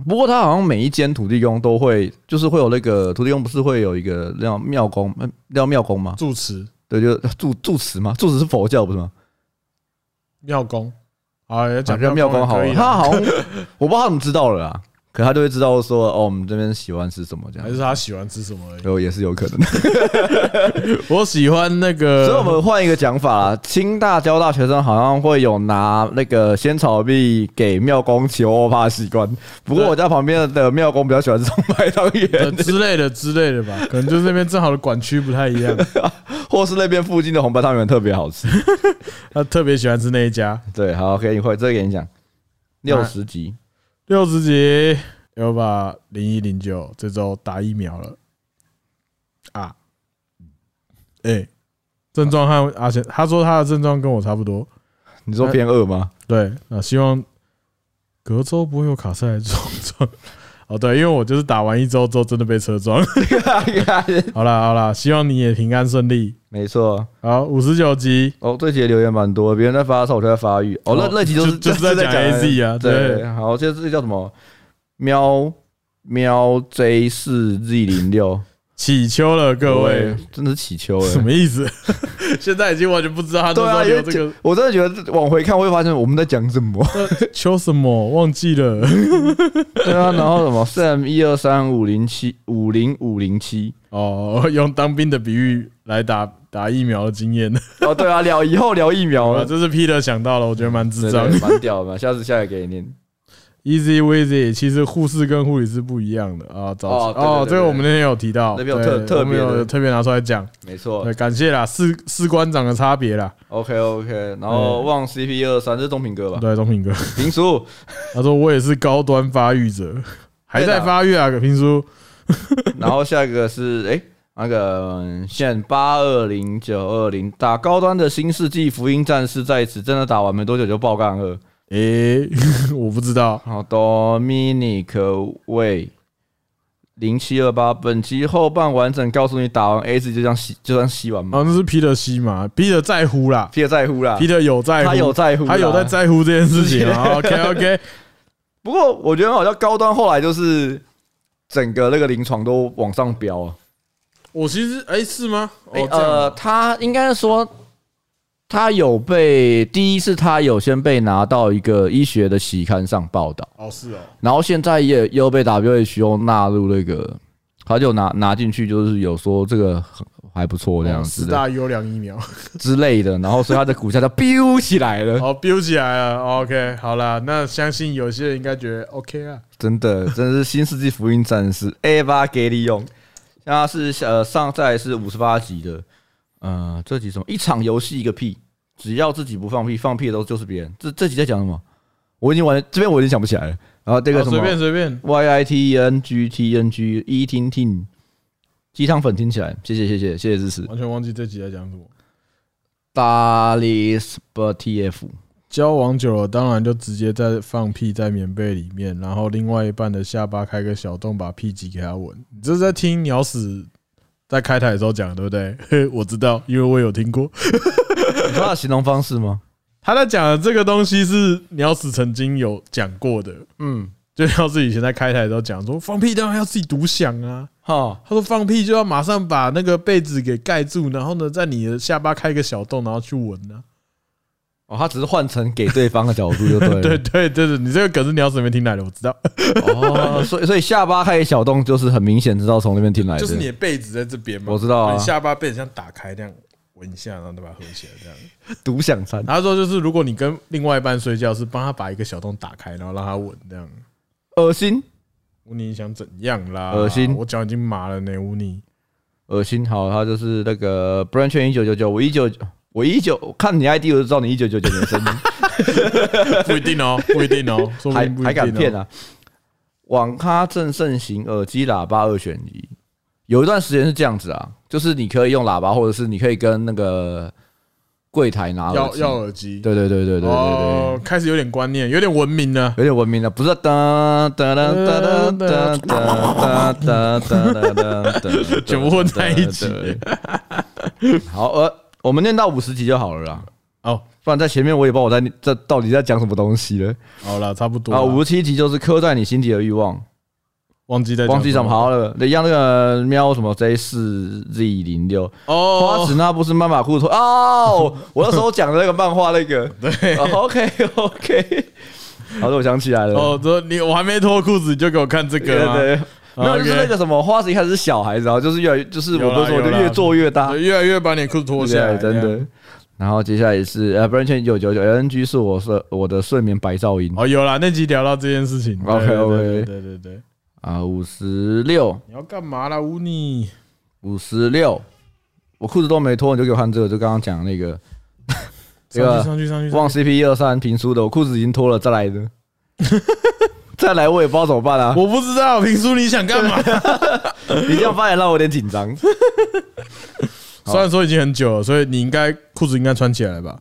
不过他好像每一间土地公都会，就是会有那个土地公不是会有一个那叫庙公，呃那叫庙公吗？住持对，就住住持嘛，住持是佛教不是吗？妙公，啊，要讲讲叫妙公好也可了，以啊他啦，好像我不知道他怎么知道了啊，可他就会知道说哦，我们这边喜欢吃什么这还是样，他喜欢吃什么而已。有也是有可能。我喜欢那个， 所以我们换一个讲法啦，清大、交大学生好像会有拿那个仙草币给庙公求欧巴的习惯，不过我家旁边的庙公比较喜欢送白汤呃圆，之类的之类的吧，可能就是那边正好的管区不太一样， 或是那边附近的红白汤圆特别好吃。他特别喜欢吃那一家。 对，好，给你会这个给你讲，六十集。六十集有把零一零九这周打疫苗了啊，哎，症状和而且他说他的症状跟我差不多，你说偏二 吗？对啊，希望隔周不会有卡塞来撞撞。 哦，对，因为我就是打完一周之后真的被车撞。 好啦好啦，希望你也平安顺利。没错，好，五十九集，哦，这集的留言蛮多，别人在发的时候我就在发育。哦，那哦那集就是就就是在讲 AZ 啊对对，好，这这叫什么？喵喵 J 四 Z 零六，起秋了各位，真的是乞求 什哎。么意思？现在已经完全不知道他对那时候啊，因为留这我真的觉得往回看会发现我们在讲什么。个 秋什么忘记了。 对啊，然后什么 Sam 一二三五零七五零五零七。哦， 用当兵的比喻来打打疫苗的经验， 哦，对啊，聊以后聊疫苗啊，了，这是 Peter 想到了，我觉得蛮智对障。对蛮屌的嘛。下次下来给你念。 Easy Weezy，其实护士跟护理是不一样的啊。早哦期对对哦，对这个对我们那天有提到，那边有对特特我们有别的特别拿出来讲。没错对，感谢啦，士士官长的差别啦。 ，OK OK。然后望 CP 二三，这是东平哥吧？对，东平哥，平叔，他说我也是高端发育者，还在发育啊，葛平叔。然后下一个是哎、诶那个嗯现八二零九二零打高端的新世纪福音战士在此，真的打完没多久就爆干二。 诶，我不知道，好，Dominic Way 零七二八，本集后半完整告诉你打完 A 字就这样吸，就算吸完吗？好像是 Peter 西嘛，Peter 在乎啦皮特哦在乎啦， ，Peter 有在乎，啊他有在乎啦，他有在在乎这件事情 啊。OK OK，不过我觉得好像高端后来就是整个那个临床都往上飙啊。我其实哎、是吗？哦，这样呃，他应该说他有被第一是他有先被拿到一个医学的期刊上报道，哦是哦，然后现在也又被 WHO 纳入那个，他就拿拿进去，就是有说这个很还不错这样哦子四的大优良疫苗，之类的，然后所以他的股价就飙起来了。好 build 哦起来了。OK，好啦，那相信有些人应该觉得 OK 啊。 真的，真的是新世纪福音战士 A 八给利用，那是呃上在是五十八集的，呃这集什么一场游戏一个屁，只要自己不放屁，放屁的都就是别人。这这集在讲什么？我已经完这边我已经想不起来了。然后这这个什随么便随便， Y I T E N G T N G E T T 鸡汤粉听起来，谢谢谢谢谢谢支持。完全忘记这集在讲什么。大力 s p T F 交往久了，当然就直接在放屁在棉被里面，然后另外一半的下巴开个小洞，把屁挤给他闻。你这是在听鸟屎在开台的时候讲，的，对不对？ 嘿，我知道，因为我有听过。他的形容方式吗？他在讲的这个东西是鸟屎曾经有讲过的，嗯，就鸟屎以前在开台的时候讲说，放屁当然要自己独享啊。哈，他说放屁就要马上把那个被子给盖住，然后呢，在你的下巴开个小洞，然后去闻啊。 哦，他只是换成给对方的角度就对 了。对对对对，你这个梗是鸟屎没听来的，我知道。哦，所以所以下巴开一小洞，就是很明显知道从那边听来的。就是你的被子在这边嘛，我知道啊你下巴被子像打开这样闻一下，然后再把它合起来这样。独享餐他说就是如果你跟另外一半睡觉，是帮他把一个小洞打开，然后让他闻这样。恶心，乌尼想怎样啦？恶心我脚已经麻了呢，乌尼。恶心。好，他就是那个 Branch 一九九九，我一九我一九，我看你 ID 我就知道你一九九九年的声音，不一定哦，不一定哦，说不还定不一定、哦、还敢骗啊？网咖正盛行耳机喇叭二选一，有一段时间是这样子啊，就是你可以用喇叭，或者是你可以跟那个柜台拿耳要机。要耳机，对对对对对对对哦，开始有点观念，有点文明了。有点文明的，不是噔噔噔噔噔噔噔噔噔噔，全部混在一起。好，呃，我们念到五十集就好了啦，哦，不然在前面我也不知道我在这到底在讲什么东西了。好了，差不多啊，了。五十七集就是刻在你心底的欲望，忘记在忘记什么好好了，一样那个喵什么 J 四 Z 零六，花哦子，那不是妈妈裤头 哦，我那时候讲的那个漫画那个，对，OK OK，好的，我想起来了。哦，这你我还没脱裤子你就给我看这对个啊吗？哦对，没有， OK 就是那个什么花子一开始是小孩子，然后就是越来越，就是有我啦不是说有就啦越做越大对，越来越把你的裤子脱下来，真这样。的。然后接下来是呃 b r a n c h 九九九 LNG 是我是我的睡眠白噪音哦，有啦，那集聊到这件事情。对 OK，OK 对对对对对，啊，五十六你要干嘛啦，乌尼？五十六，我裤子都没脱，你就给我看这个，就刚刚讲那个这上个去上去上去上去，望 CP 二三评书的，我裤子已经脱了，再 来的，再来我也不知道怎么办啊！我不知道评书你想干 嘛？你这样发言让我有点紧张。虽然说已经很久了，所以你应该裤子应该穿起来了吧？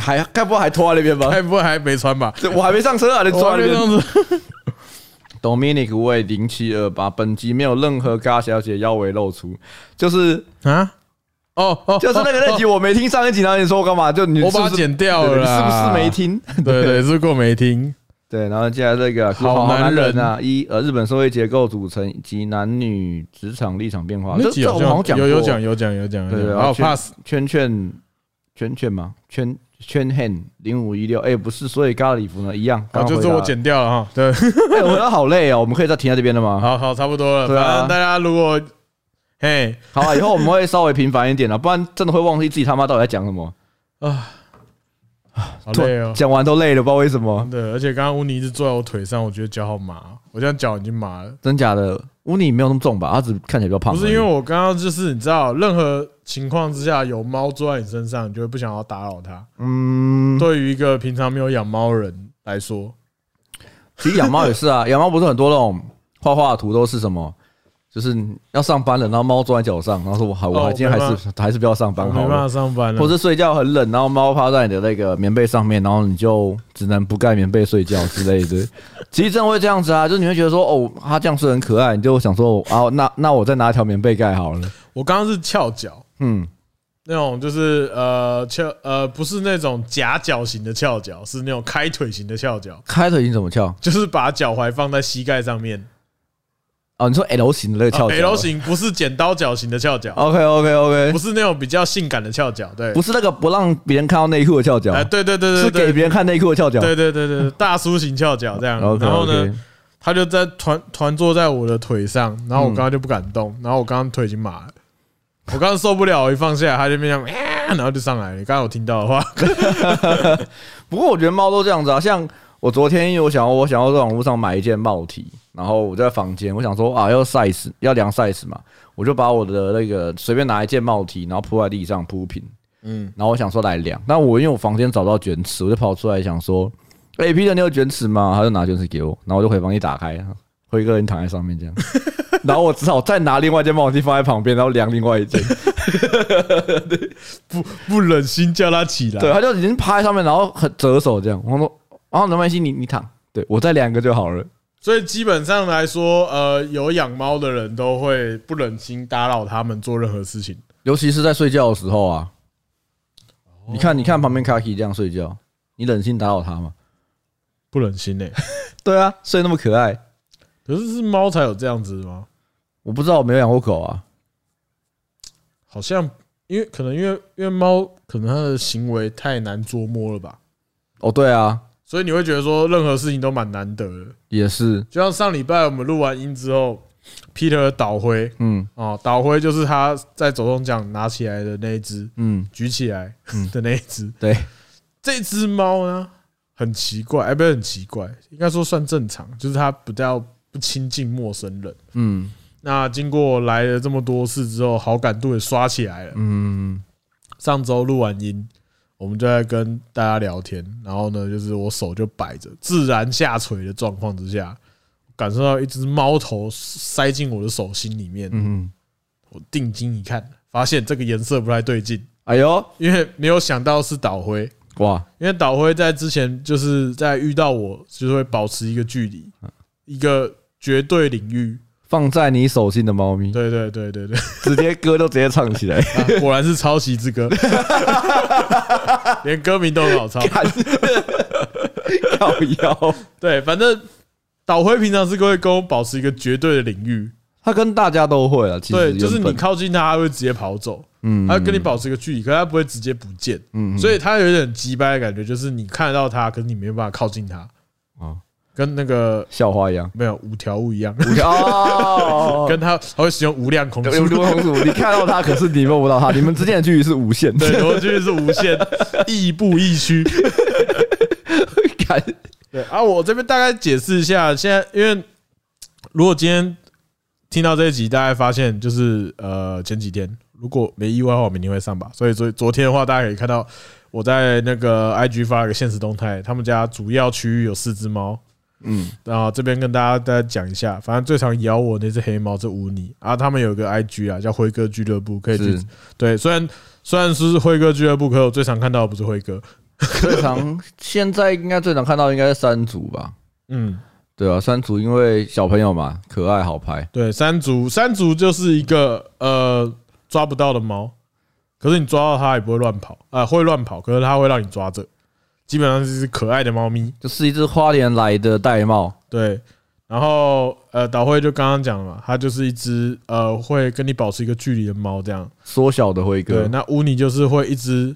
还该不会还拖在那 边吧？该不会还没穿吧？这我还没上车啊，你我抓还那没这边。样子， Dominic 为零七二八，本集没有任何嘎小姐腰围露出，就是啊？哦哦，就是那个那集我没听上一集，然后你说我干嘛？就你哦我是把不它是剪掉了对啦，你是不是没听？没？ 对对，是过没听。 对，然后接下来这个好男男人啊，一呃日本社会结构组成以及男女职场立场变化，那这集这我好们好像像讲有有过讲有讲有讲，有对讲对然后然后去 pass 圈圈圈圈吗？圈圈 hand 零五一六，哎，不是，所以咖喱服呢一样，啊，刚刚就回是答我了，剪掉了哈。对， 哎，我们好累哦，我们可以再停在这边了吗？好好差不多了。对啊反正大家如果嘿好啊，以后我们会稍微频繁一点啊了，不然真的会忘记自己他妈到底在讲什么。啊，好累哦。讲完都累了，不知道为什么真。的，而且刚刚乌尼一直坐在我腿上，我觉得脚好麻，我现在脚已经麻了。真假的，乌尼没有那么重吧？他只看起来比较胖而不已。是因为我刚刚就是你知道，任何情况之下有猫坐在你身上，你就会不想要打扰它。嗯，对于一个平常没有养猫的人来说，其实养猫也是 啊，养猫不是很多那种画画的图都是什么？就是要上班了，然后猫坐在脚上，然后说我好，我哦还今天还没办是还是不要上我班没好办了法。上班了啊或。者睡觉很冷，然后猫趴在你的那个棉被上面，然后你就只能不盖棉被睡觉之类 的。其实真的会这样子啊，就是你会觉得说，哦，他这样睡很可爱，你就想说，啊，那那我再拿一条棉被盖好了。我刚刚是翘脚，嗯，那种就是呃翘呃不是那种夹脚型的翘脚，是那种开腿型的翘脚，开腿你怎么翘？就是把脚踝放在膝盖上面。哦，你说 L 型的那个啊翘脚、 L 型不是剪刀脚型的翘脚， OK OK OK，不是那种比较性感的翘脚，对不，是那个不让别人看到内裤的翘脚，啊哎，对对对是对对，给别人看内裤的翘脚。对对对对对，大叔型翘脚这样。 OK，OK 然后呢，他就在团团坐在我的腿上，然后我刚刚就不敢动，嗯然后我刚刚腿已经麻了，我刚刚受不了，我一放下来，他就变成， 啊然后就上来了。刚刚有听到的话， 不过我觉得猫都这样子啊，像我昨天因为我想要我想要在网络上买一件帽 T，然后我在房间我想说啊要 size 要量 size 嘛，我就把我的那个随便拿一件帽 T，然后铺在地上铺平，嗯，然后我想说来量，但我因为我房间找不到卷尺，我就跑出来想说，哎、p e t e r 你有卷尺吗？他就拿卷尺给我，然后我就回房间打开，辉哥你躺在上面这样。然后我只好再拿另外一件帽 T 放在旁边，然后量另外一件。不不忍心叫他起来。对，啊他就已经趴在上面，然后很折手这样。我说，然后没关系，你你躺，对我再量一个就好了。所以基本上来说，呃，有养猫的人都会不忍心打扰他们做任何事情。尤其是在睡觉的时候啊。你看，你看旁边 Kaki 这样睡觉，你忍心打扰他吗？不忍心呢、对啊，睡那么可爱， 可是是猫才有这样子吗？我不知道我没有养过狗啊。好像因为可能因为因为猫可能它的行为太难捉摸了吧，哦，对啊，所以你会觉得说任何事情都蛮难得的。也是，就像上礼拜我们录完音之后，Peter 的倒灰嗯哦，倒灰就是他在走动奖拿起来的那一只，嗯，举起来嗯的那一只。对，这只猫呢很奇怪，哎，不是很奇怪，应该说算正常，就是它比较不亲近陌生人。嗯那经过来了这么多次之后，好感度也刷起来了。嗯，上周录完音，我们就在跟大家聊天，然后呢，就是我手就摆着，自然下垂的状况之下，感受到一只猫头塞进我的手心里面。嗯，我定睛一看，发现这个颜色不太对劲，哎呦，因为没有想到是岛灰，哇，因为岛灰在之前就是在遇到我，就是会保持一个距离，一个绝对领域。放在你手心的猫咪，对对对对对，直接歌都直接唱起 来，啊果然是抄袭之歌，连歌名都很好抄。看，靠腰。对，反正岛辉平常是会跟我保持一个绝对的领域，他跟大家都会啊，其实对，就是原你本，靠近他，他会直接跑走，嗯他会跟你，保持一个距离，可是他不会直接不见，嗯所以以他有点击败的感觉，就是你看得到他，可是你没有办法靠近他，啊，跟那个校花一样。没有五条悟一样， 哦， 跟他他会使用无量空 有有数，多红薯，你看到他，可是你摸不到他，你们之间的距离是无限的。对，我觉得是无 限，亦步亦趋。 看对啊，我这边大概解释一下，现在因为如果今天听到这一集，大概发现就是呃前几天如果没意外的话，我明天会上吧。所以昨昨天的话，大家可以看到我在那个 IG 发了个现实动态，他们家主要区域有四只猫。嗯，然后这边跟大家大家讲一下，反正最常咬我那只黑猫是乌尼啊，他们有个 IG 啊，叫辉哥俱乐部，可以去是对。虽然虽然是辉哥俱乐部，可我最常看到的不是辉哥，最常现在应该最常看到应该是山竹吧？嗯，对啊，山竹因为小朋友嘛，可爱好拍。对，山竹，山竹就是一个呃抓不到的猫，可是你抓到它也不会乱跑，啊、会乱跑，可是它会让你抓着，基本上就是可爱的猫咪。就是一只花莲来的玳瑁，对，然后呃，导会就刚刚讲了嘛，它就是一只呃会跟你保持一个距离的猫，这样。缩小的辉对，哥，那乌尼就是会一只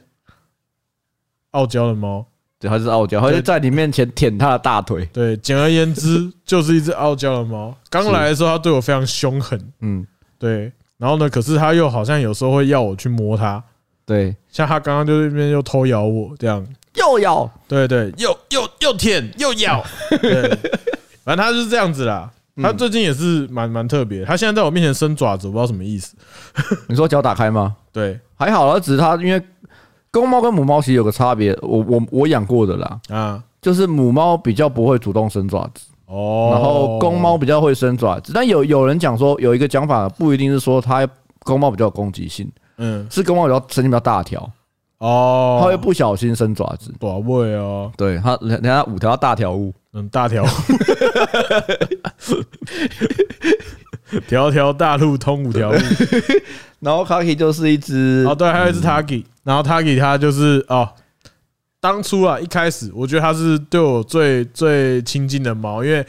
傲娇的猫。对，他是傲娇，他就在你面前舔他的大腿，对，简而言之，就是一只傲娇的猫。刚来的时候，它对我非常凶狠，嗯，对，然后呢，可是它又好像有时候会要我去摸它。对，像他刚刚就在那边又偷咬我这样，又咬，对对，又又又舔又咬， 嗯对，反正他就是这样子啦。他最近也是蛮蛮特别，他现在在我面前伸爪子，我不知道什么意思。你说脚打开吗？对还好啦，只是它因为公猫跟母猫其实有个差别，我我我养过的啦，啊，就是母猫比较不会主动伸爪子，哦，然后公猫比较会伸爪子。但有有人讲说，有一个讲法不一定是说它公猫比较有攻击性，嗯，是公猫比较神经比较大条，哦，它会不小心伸爪子。寡味哦，对它，人家五条大条物，嗯，大 条，条条大路通五条路。然后 Kaki 就是一只哦，对，还有一只 Taki，然后 Taki 它就是哦，当初啊一开始我觉得它是对我最最亲近的猫，因为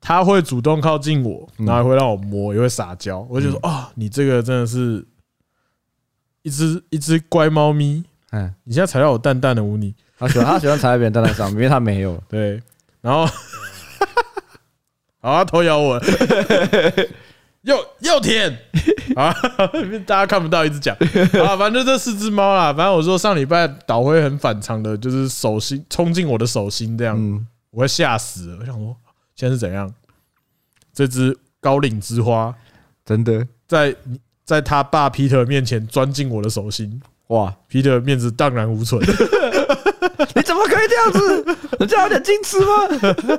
它会主动靠近我，然后还会让我摸，也会撒娇，我就说哦，你这个真的是一只一只乖猫咪，嗯，你现在踩到我蛋蛋的污泥，他喜欢他喜欢踩在别人蛋蛋上面，因为他没有。对，然后 好，他头咬我 了，又又舔 啊！大家看不到，一直讲 啊，反正这四只猫啦。反正我说上礼拜导灰很反常的，就是手心冲进我的手心这样，嗯，我会吓死了。我想说现在是怎样？这只高岭之花真的在在他爸 Peter 面前钻进我的手心哇！ ，Peter 面子荡然无存。 你怎么可以这样 子？人家有点矜持吗？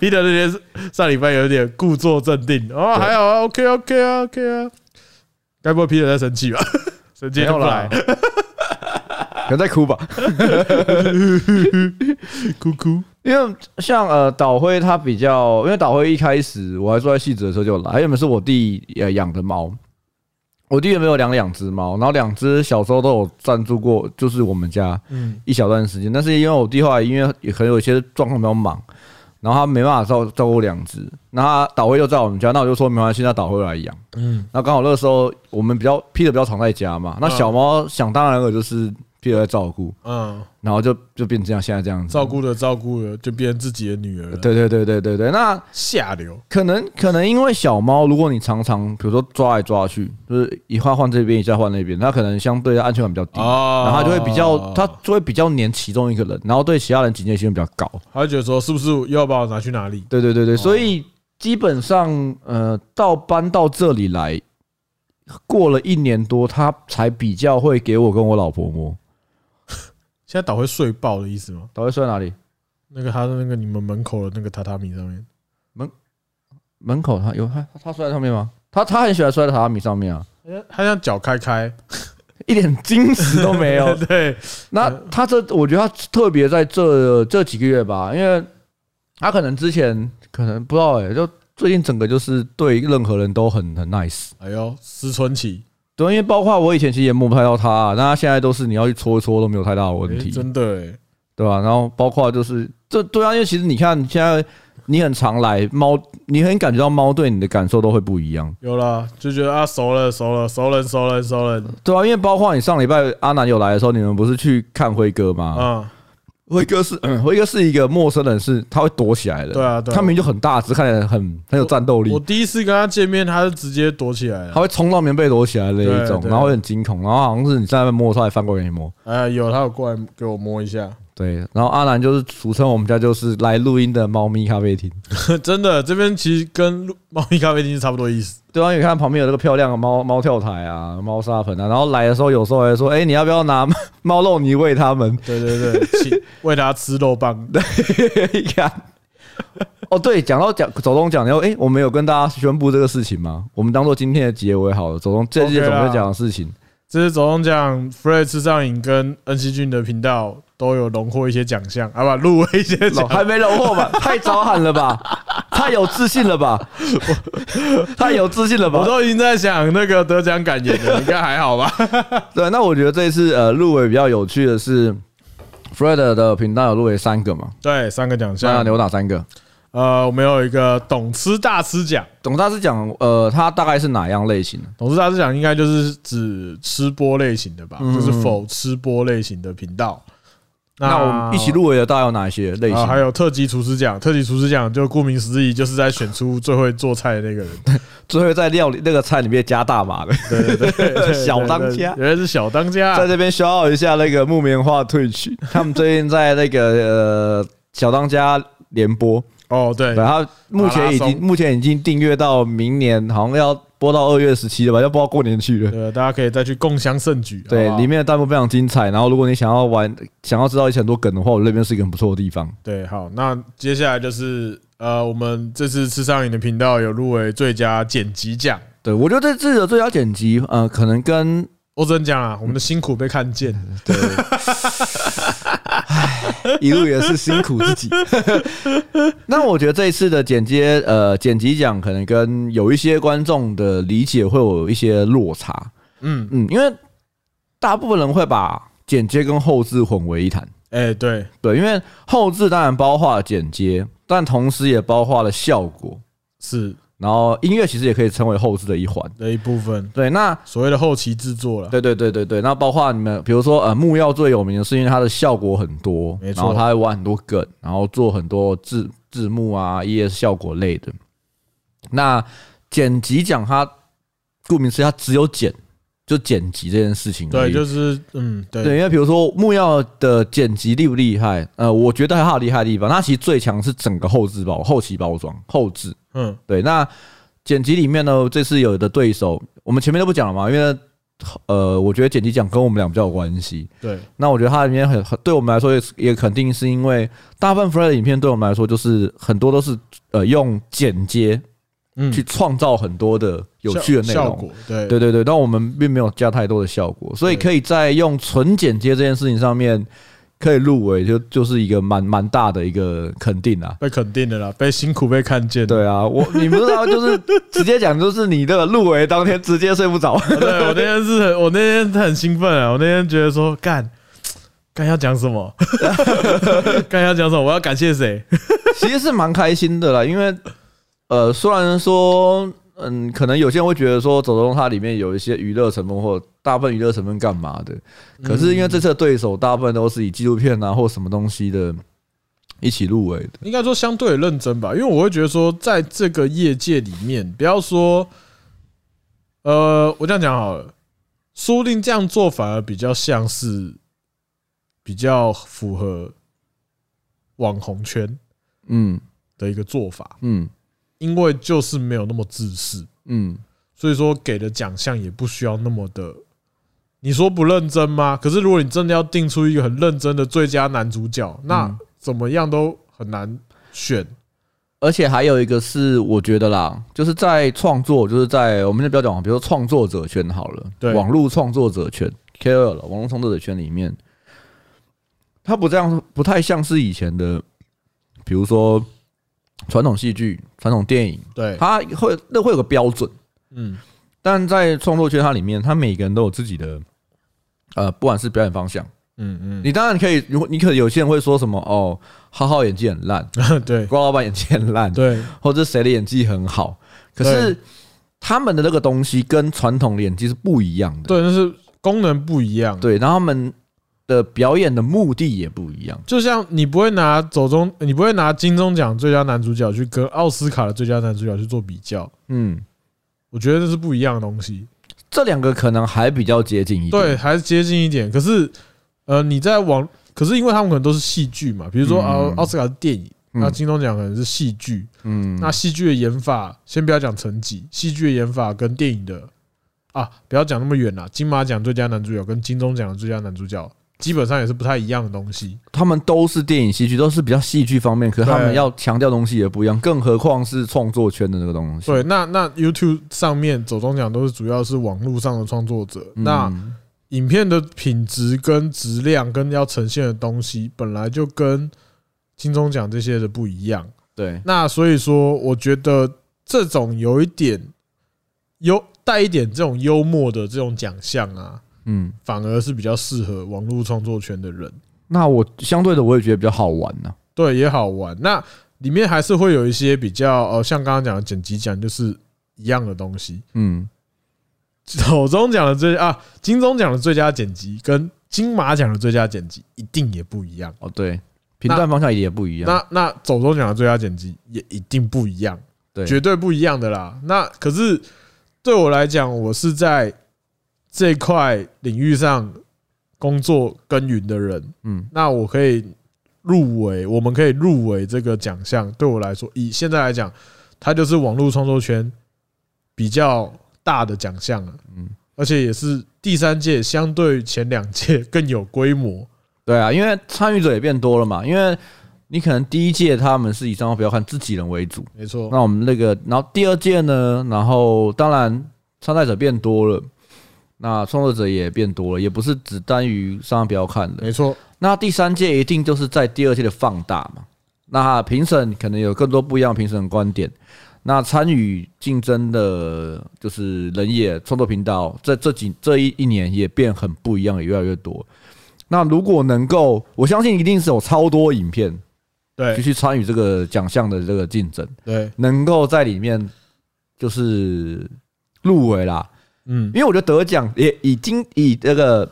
Peter 那天上礼拜有点故作镇定，哦，还好啊，OK OK 啊，OK 啊，该不会 Peter 在生气吧？ 生气就不来，有在哭吧？ 哭哭，因为像呃岛辉他比较，因为岛辉一开始我还住在戏子的时候就来，原本是我弟呃养的猫，我弟原本有养两只猫，然后两只小时候都有暂住过，就是我们家嗯，一小段时间，但是因为我弟后来因为也可能有一些状况比较忙，然后他没办法照照顾两只，那他岛辉又在我们家，那我就说没关系，那岛辉来养，嗯嗯，那刚好那时候我们比较 Peter 比较常在家嘛，那小猫想当然了就是 Peter 在照顾，嗯，然后就就变成这样，现在这样子，照顾了照顾了，就变成自己的女儿了，对对对对对对，那。下流，可能可能因为小猫，如果你常常比如说抓来抓去，就是一下换这边，一下换那边，它可能相对的安全感比较低，哦然后它就会比较，它就会比较黏其中一个人，然后对其他人警戒心会比较高。他就觉得说是不是又要把我拿去哪里？对对对对，所以基本上呃，到搬到这里来，过了一年多，它才比较会给我跟我老婆摸。现在倒会睡爆的意思吗？导会睡在哪里？那个他的那个你们门口的那个榻榻米上面，门口它有它它睡在上面吗？它它很喜欢睡在榻榻米上 面啊，他像脚开开，一点矜持都没有。 对，那他这，我觉得他特别在这这几个月吧，因为他可能之前可能不知道哎、就最近整个就是对任何人都很很 nice。哎呦，思春期，对，因为包括我以前其实也摸不太到他、啊，那他现在都是你要去搓一搓都没有太大的问哎题，真的哎，对吧、然后包括就是这对啊，因为其实你看现在你很常来猫，你很感觉到猫对你的感受都会不一样，有啦，就觉得啊，熟了，熟了，熟人，熟人，熟人，对啊，因为包括你上礼拜阿南有来的时候，你们不是去看辉哥吗？嗯，辉哥是嗯辉哥是一个陌生人，是他会躲起来的。对啊对啊他明明就很大，只是看起来很很有战斗力我，第一次跟他见面，他是直接躲起来他了。会冲到棉被躲起来的那一对种，对然后会很惊恐，然后好像是你在那边摸出来翻过来给你摸。哎，有他有过来给我摸一下，对，然后阿南就是俗称我们家就是来录音的猫咪咖啡厅。 真的，这边其实跟路猫咪咖啡厅是差不多意思。对啊，你看旁边有那个漂亮的猫猫跳台啊，猫砂盆啊，然后来的时候有时候还说，哎、你要不要拿猫肉泥喂它们？对对对，请喂他吃肉 棒。你看， 哦，对，讲到讲走动讲，然后哎，我们有跟大家宣布这个事情吗？我们当做今天的结尾好了，走动这期 OK 总啦会讲的事 情。这是总共讲 Fred 吃上瘾跟恩熙俊的频道都有荣获一些奖项，啊不，入围一些奖。老还没荣 获吧？太早喊了吧？太有自信了吧？太有自信了我吧？都已经在想那个得奖感言 了，应该还好吧？对，那我觉得这一次呃入围比较有趣的是，Fred 的频道有入围三个嘛？对，三个奖那项你，有哪三个？呃，我们有一个懂吃大吃奖。董大师讲，呃，他大概是哪样类型的？董事大师讲应该就是指吃播类型的吧，嗯就是否吃播类型的频道。那我们一起入围的大概有哪一些类啊，型还？有特级厨师奖，特级厨师奖就顾名思义，就是在选出最会做菜的那 个人。最后在料理那个菜里面加大码的，对对对对，对小当家原来是小当家 在。这边消耗一下那个木棉花 退去。他们最近在那个呃小当家联播，哦，对对，，啊他目前已马拉松经目前已经订阅到明年，好像要播到二月十七了吧，要播到过年去了。对，大家可以再去共襄盛举。对好，不好里面的弹幕非常精彩。然后，如果你想要玩、想要知道一些很多梗的话，我那边是一个很不错的地方。对，好，那接下来就是呃，我们这次吃上瘾的频道有入围最佳剪辑奖。对我觉得这次的最佳剪辑，呃，可能跟我只能讲啊，我们的辛苦被看见。 对，唉 一路也是辛苦自己。 那我觉得这一次的剪接，呃，剪辑奖可能跟有一些观众的理解会有一些落差。嗯，嗯，因为大部分人会把剪接跟后置混为一谈。哎，对，对，因为后置当然包括了剪接，但同时也包括了效果，是然后音乐其实也可以称为后置的一环。的一部分，对，那所谓的后期制作了。对对对对对，那包括你们，比如说呃，木曜最有名的是因为它的效果很多，没错然后它会玩很多梗，然后做很多字字幕啊、ES 效果类的。那剪辑奖它顾名思义，它只有剪，就剪辑这件事情而对，已。就是嗯，对，对，因为比如说木曜的剪辑厉不厉害？呃，我觉得还有厉害的地方，它其实最强是整个后置包、后期包装、后置。嗯，对，那剪辑里面呢，这次有的对手，我们前面都不讲了嘛，因为呃，我觉得剪辑奖跟我们俩比较有关系。对，那我觉得它里面很很对我们来说也是也肯定是因为大部分 Fred 的影片对我们来说就是很多都是呃用剪接嗯，去创造很多的有趣的内效效容。果，对，对对对，但我们并没有加太多的效果，所以对可以在用纯剪接这件事情上面可以入围，就就是一个蛮蛮大的一个肯定啊。被肯定的啦，被辛苦被看见。 对啊，我你不知道， 就是直接讲，就是你的入围当天直接睡不着。 哦对，我那天是很，我那天很兴奋啊，我那天觉得说干。干要讲什么？ 干要讲什么？我要感谢谁？其实是蛮开心的啦，因为呃，虽然说嗯，可能有些人会觉得说《走动它里面有一些娱乐成分或大部分娱乐成分干嘛的，可是因为这次的对手大部分都是以纪录片啊或什么东西的一起入围的。应该说相对认真吧，因为我会觉得说，在这个业界里面，不要说，呃，我这样讲好了，说不定这样做反而比较像是比较符合网红圈嗯的一个做法，嗯因为就是没有那么自私，嗯，所以说给的奖项也不需要那么的。你说不认真吗？可是如果你真的要定出一个很认真的最佳男主角，那嗯怎么样都很难选。而且还有一个是，我觉得啦，就是在创作，就是在我们就不要讲，比如说创作者圈好了，对网络创作者圈 KOL 网络创作者圈里面，它不这样，不太像是以前的，比如说传统戏剧、传统电影，对，它会那会有个标准，嗯，但在创作圈它里面，它每个人都有自己的，呃，不管是表演方向，嗯嗯，你当然可以，如果你可能有些人会说什么哦，浩浩演技很 烂， 对郭老板演技很烂，对或者谁的演技很好，可是他们的那个东西跟传统的演技是不一样的，对，但是功能不一样。，对，然后他们的表演的目的也不一样，就像你不会拿走中，你不会拿金钟奖最佳男主角去跟奥斯卡的最佳男主角去做比较，嗯，我觉得这是不一样的东西。这两个可能还比较接近一点，对，，还是接近一点。可是，呃，你在网，可是因为他们可能都是戏剧嘛，比如说啊嗯奥奥斯卡是电影，那嗯金钟奖可能是戏剧。嗯，那戏剧的演法，先不要讲成绩，戏剧的演法跟电影的啊，不要讲那么远啦。金马奖最佳男主角跟金钟奖的最佳男主角基本上也是不太一样的东西。他们都是电影戏剧，都是比较戏剧方面，可是他们对要强调东西也不一样，更何况是创作圈的那个东西，对，那那 YouTube 上面走中奖都是主要是网络上的创作者，嗯，那影片的品质跟质量跟要呈现的东西本来就跟金钟奖这些的不一样。对，那所以说，我觉得这种有一点幽带一点这种幽默的这种奖项啊，嗯，反而是比较适合网络创作圈的人，那我相对的我也觉得比较好玩呢、对，也好玩。那里面还是会有一些比较呃，像刚刚讲的剪辑奖，就是一样的东西。嗯， 手中奖的最啊，金钟奖的最佳剪辑跟金马奖的最佳剪辑一定也不一样。哦对，评断方向也不一样，那那走中奖的最佳剪辑也一定不一样，对，绝对不一样的啦。那可是对我来讲，我是在这块领域上工作耕耘的人，嗯那我可以入围，我们可以入围这个奖项，对我来说，以现在来讲，它就是网络创作圈比较大的奖项了。嗯。而且也是第三届相对前两届更有规模。对啊，因为参与者也变多了嘛，因为你可能第一届他们是以上不要看自己人为主，没错，那我们那个，然后第二届呢，然后当然参赛者变多了，那创作者也变多了，也不是只单于上上标看的。没错，那第三届一定就是在第二届的放大嘛。那评审可能有更多不一样的评审观点。那参与竞争的，就是人也创作频道，这这几这一一年也变很不一样，也越来越多。那如果能够，我相信一定是有超多影片就对去参与这个奖项的这个竞争，对，能够在里面就是入围啦。嗯因为我觉得得奖也已经以这个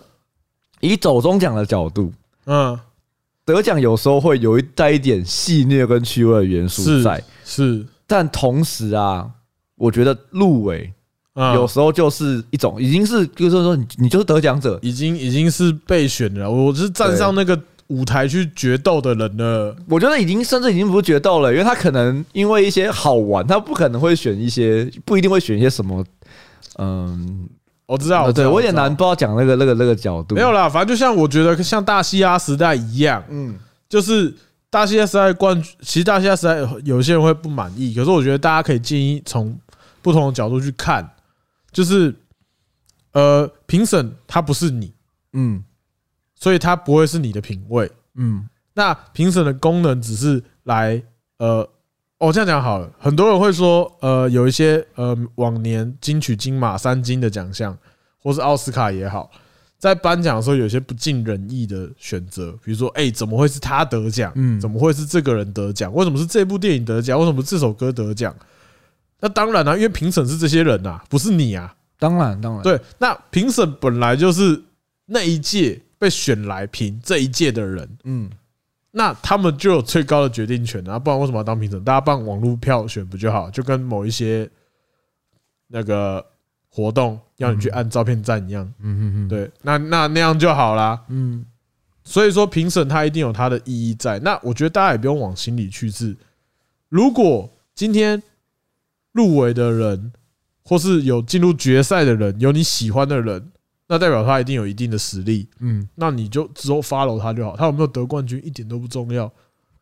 以走中奖的角度，嗯，得奖有时候会有一带一点戏谑跟趣味的元素是在，是但同时啊，我觉得入围啊，有时候就是一种已经是就是说你你就是得奖者，已经已经是备选了，我是站上那个舞台去决斗的人了。我觉得已经甚至已经不是决斗了，因为他可能因为一些好玩，他不可能会选一些不一定会选一些什么，嗯，我知道，呃我知对道我有点。知难，道不知道讲那个那个那个角度，没有啦，反正就像我觉得像大西亚时代一样，嗯，就是大西亚时代冠军，其实大西亚时代有有些人会不满意，可是我觉得大家可以建议从不同的角度去看，就是呃，评审他不是你，嗯所以他不会是你的品味。嗯那评审的功能只是来呃，哦，这样讲好了。很多人会说，呃，有一些呃往年金曲、金马、三金的奖项，或是奥斯卡也好，在颁奖的时候有些不尽人意的选择，比如说，哎，怎么会是他得奖？嗯怎么会是这个人得奖？为什么是这部电影得奖？为什么这首歌得奖？那当然啦、啊因为评审是这些人呐、不是你啊。当然当然，对，那评审本来就是那一届被选来评这一届的人，嗯那他们就有最高的决定权啊，不然为什么要当评审？大家办网络票选不就好？就跟某一些那个活动要你去按照片站一样，嗯嗯嗯，对，那那那样就好啦。嗯所以说评审它一定有它的意义在。那我觉得大家也不用往心里去是，如果今天入围的人或是有进入决赛的人，有你喜欢的人，那代表他一定有一定的实力，嗯，那你就之后 follow 他就好。他有没有得冠军一点都不重要。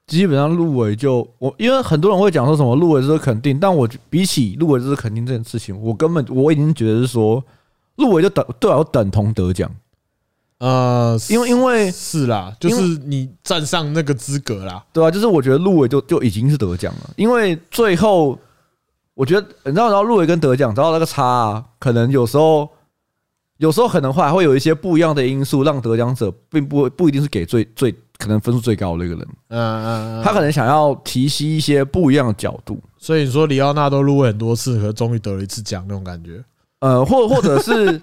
基本上入围就我，因为很多人会讲说什么入围就是肯定，但我觉比起入围就是肯定这件事情，我根本我已经觉得是说入围就等对我等同得奖，呃，因为因为是啦，因就为是你站上那个资格啦。对啊，就是我觉得入围就就已经是得奖了，因为最后我觉得你知道，然后入围跟得奖，然后那个差啊，可能有时候有时候可能会还会有一些不一样的因素，让得奖者并不不一定是给最最可能分数最高的那个人，嗯嗯，他可能想要提携一些不一样的角度。所以你说里奥纳多入围很多次，可是终于得了一次奖那种感觉。呃，或或者 是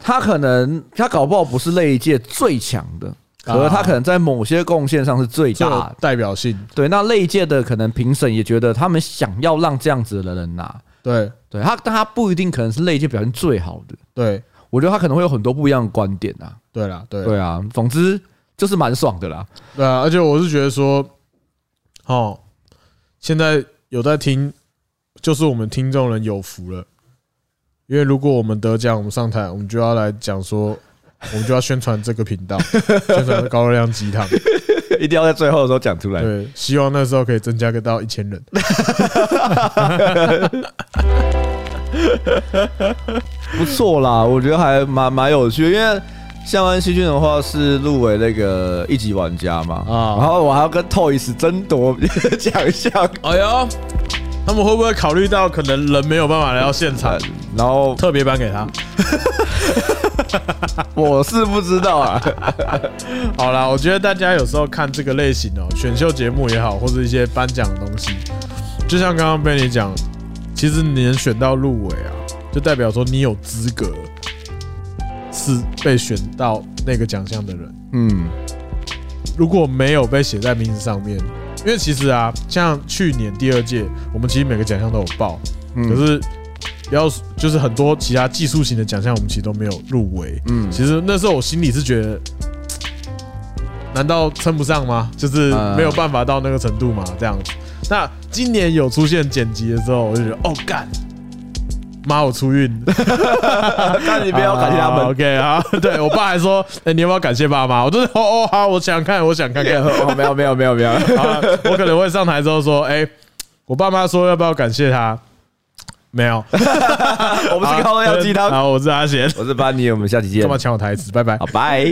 他可能他搞不好不是那一届最强的，可是他可能在某些贡献上是最最大啊有的。代表性，对，那那一届的可能评审也觉得他们想要让这样子的人拿，对对他，但他不一定可能是那一届表现最好的。对我觉得他可能会有很多不一样的观点啊。对啦，对对啊，总之就是蛮爽的啦。对啊，而且我是觉得说，哦，现在有在听，就是我们听众人有福了，因为如果我们得奖，我们上台，我们就要来讲说，我们就要宣传这个频 道，宣传高热量鸡汤。 一定要在最后的时候讲出来对，希望那时候可以增加个到一千人。不错啦，我觉得还蛮蛮有趣的，因为向安细菌的话是入围那个一级玩家嘛，啊啊，然后我还要跟 Toys 争夺奖项， 哎呦，他们会不会考虑到可能人没有办法来到现场呃，然后特别颁给他？我是不知道啊，好啦，我觉得大家有时候看这个类型哦、选秀节目也好，或者一些颁奖的东西，就像刚刚被你讲，其实你能选到入围啊，就代表说你有资格是被选到那个奖项的人。嗯如果没有被写在名字上面，因为其实啊，像去年第二届，我们其实每个奖项都有报，可嗯是不要就是很多其他技术型的奖项，我们其实都没有入围。嗯，其实那时候我心里是觉得，嘖难道称不上吗？就是啊没有办法到那个程度嘛，这样子。那今年有出现剪辑的时候，我就觉得，哦干，妈我出运，但你不要感谢 他啊们， OK 啊，对我爸还说，哎，你要不要感谢爸妈？我就是哦哦好，我想看，我想看 看。哦没有没有没有没有，啊好啦我可能会上台之后说，哎、我爸妈说要不要感谢他？没有，我我 们是高要鸡汤，好，我是阿贤，我是班尼，我们下期见干，嘛抢我台词？拜拜好。拜。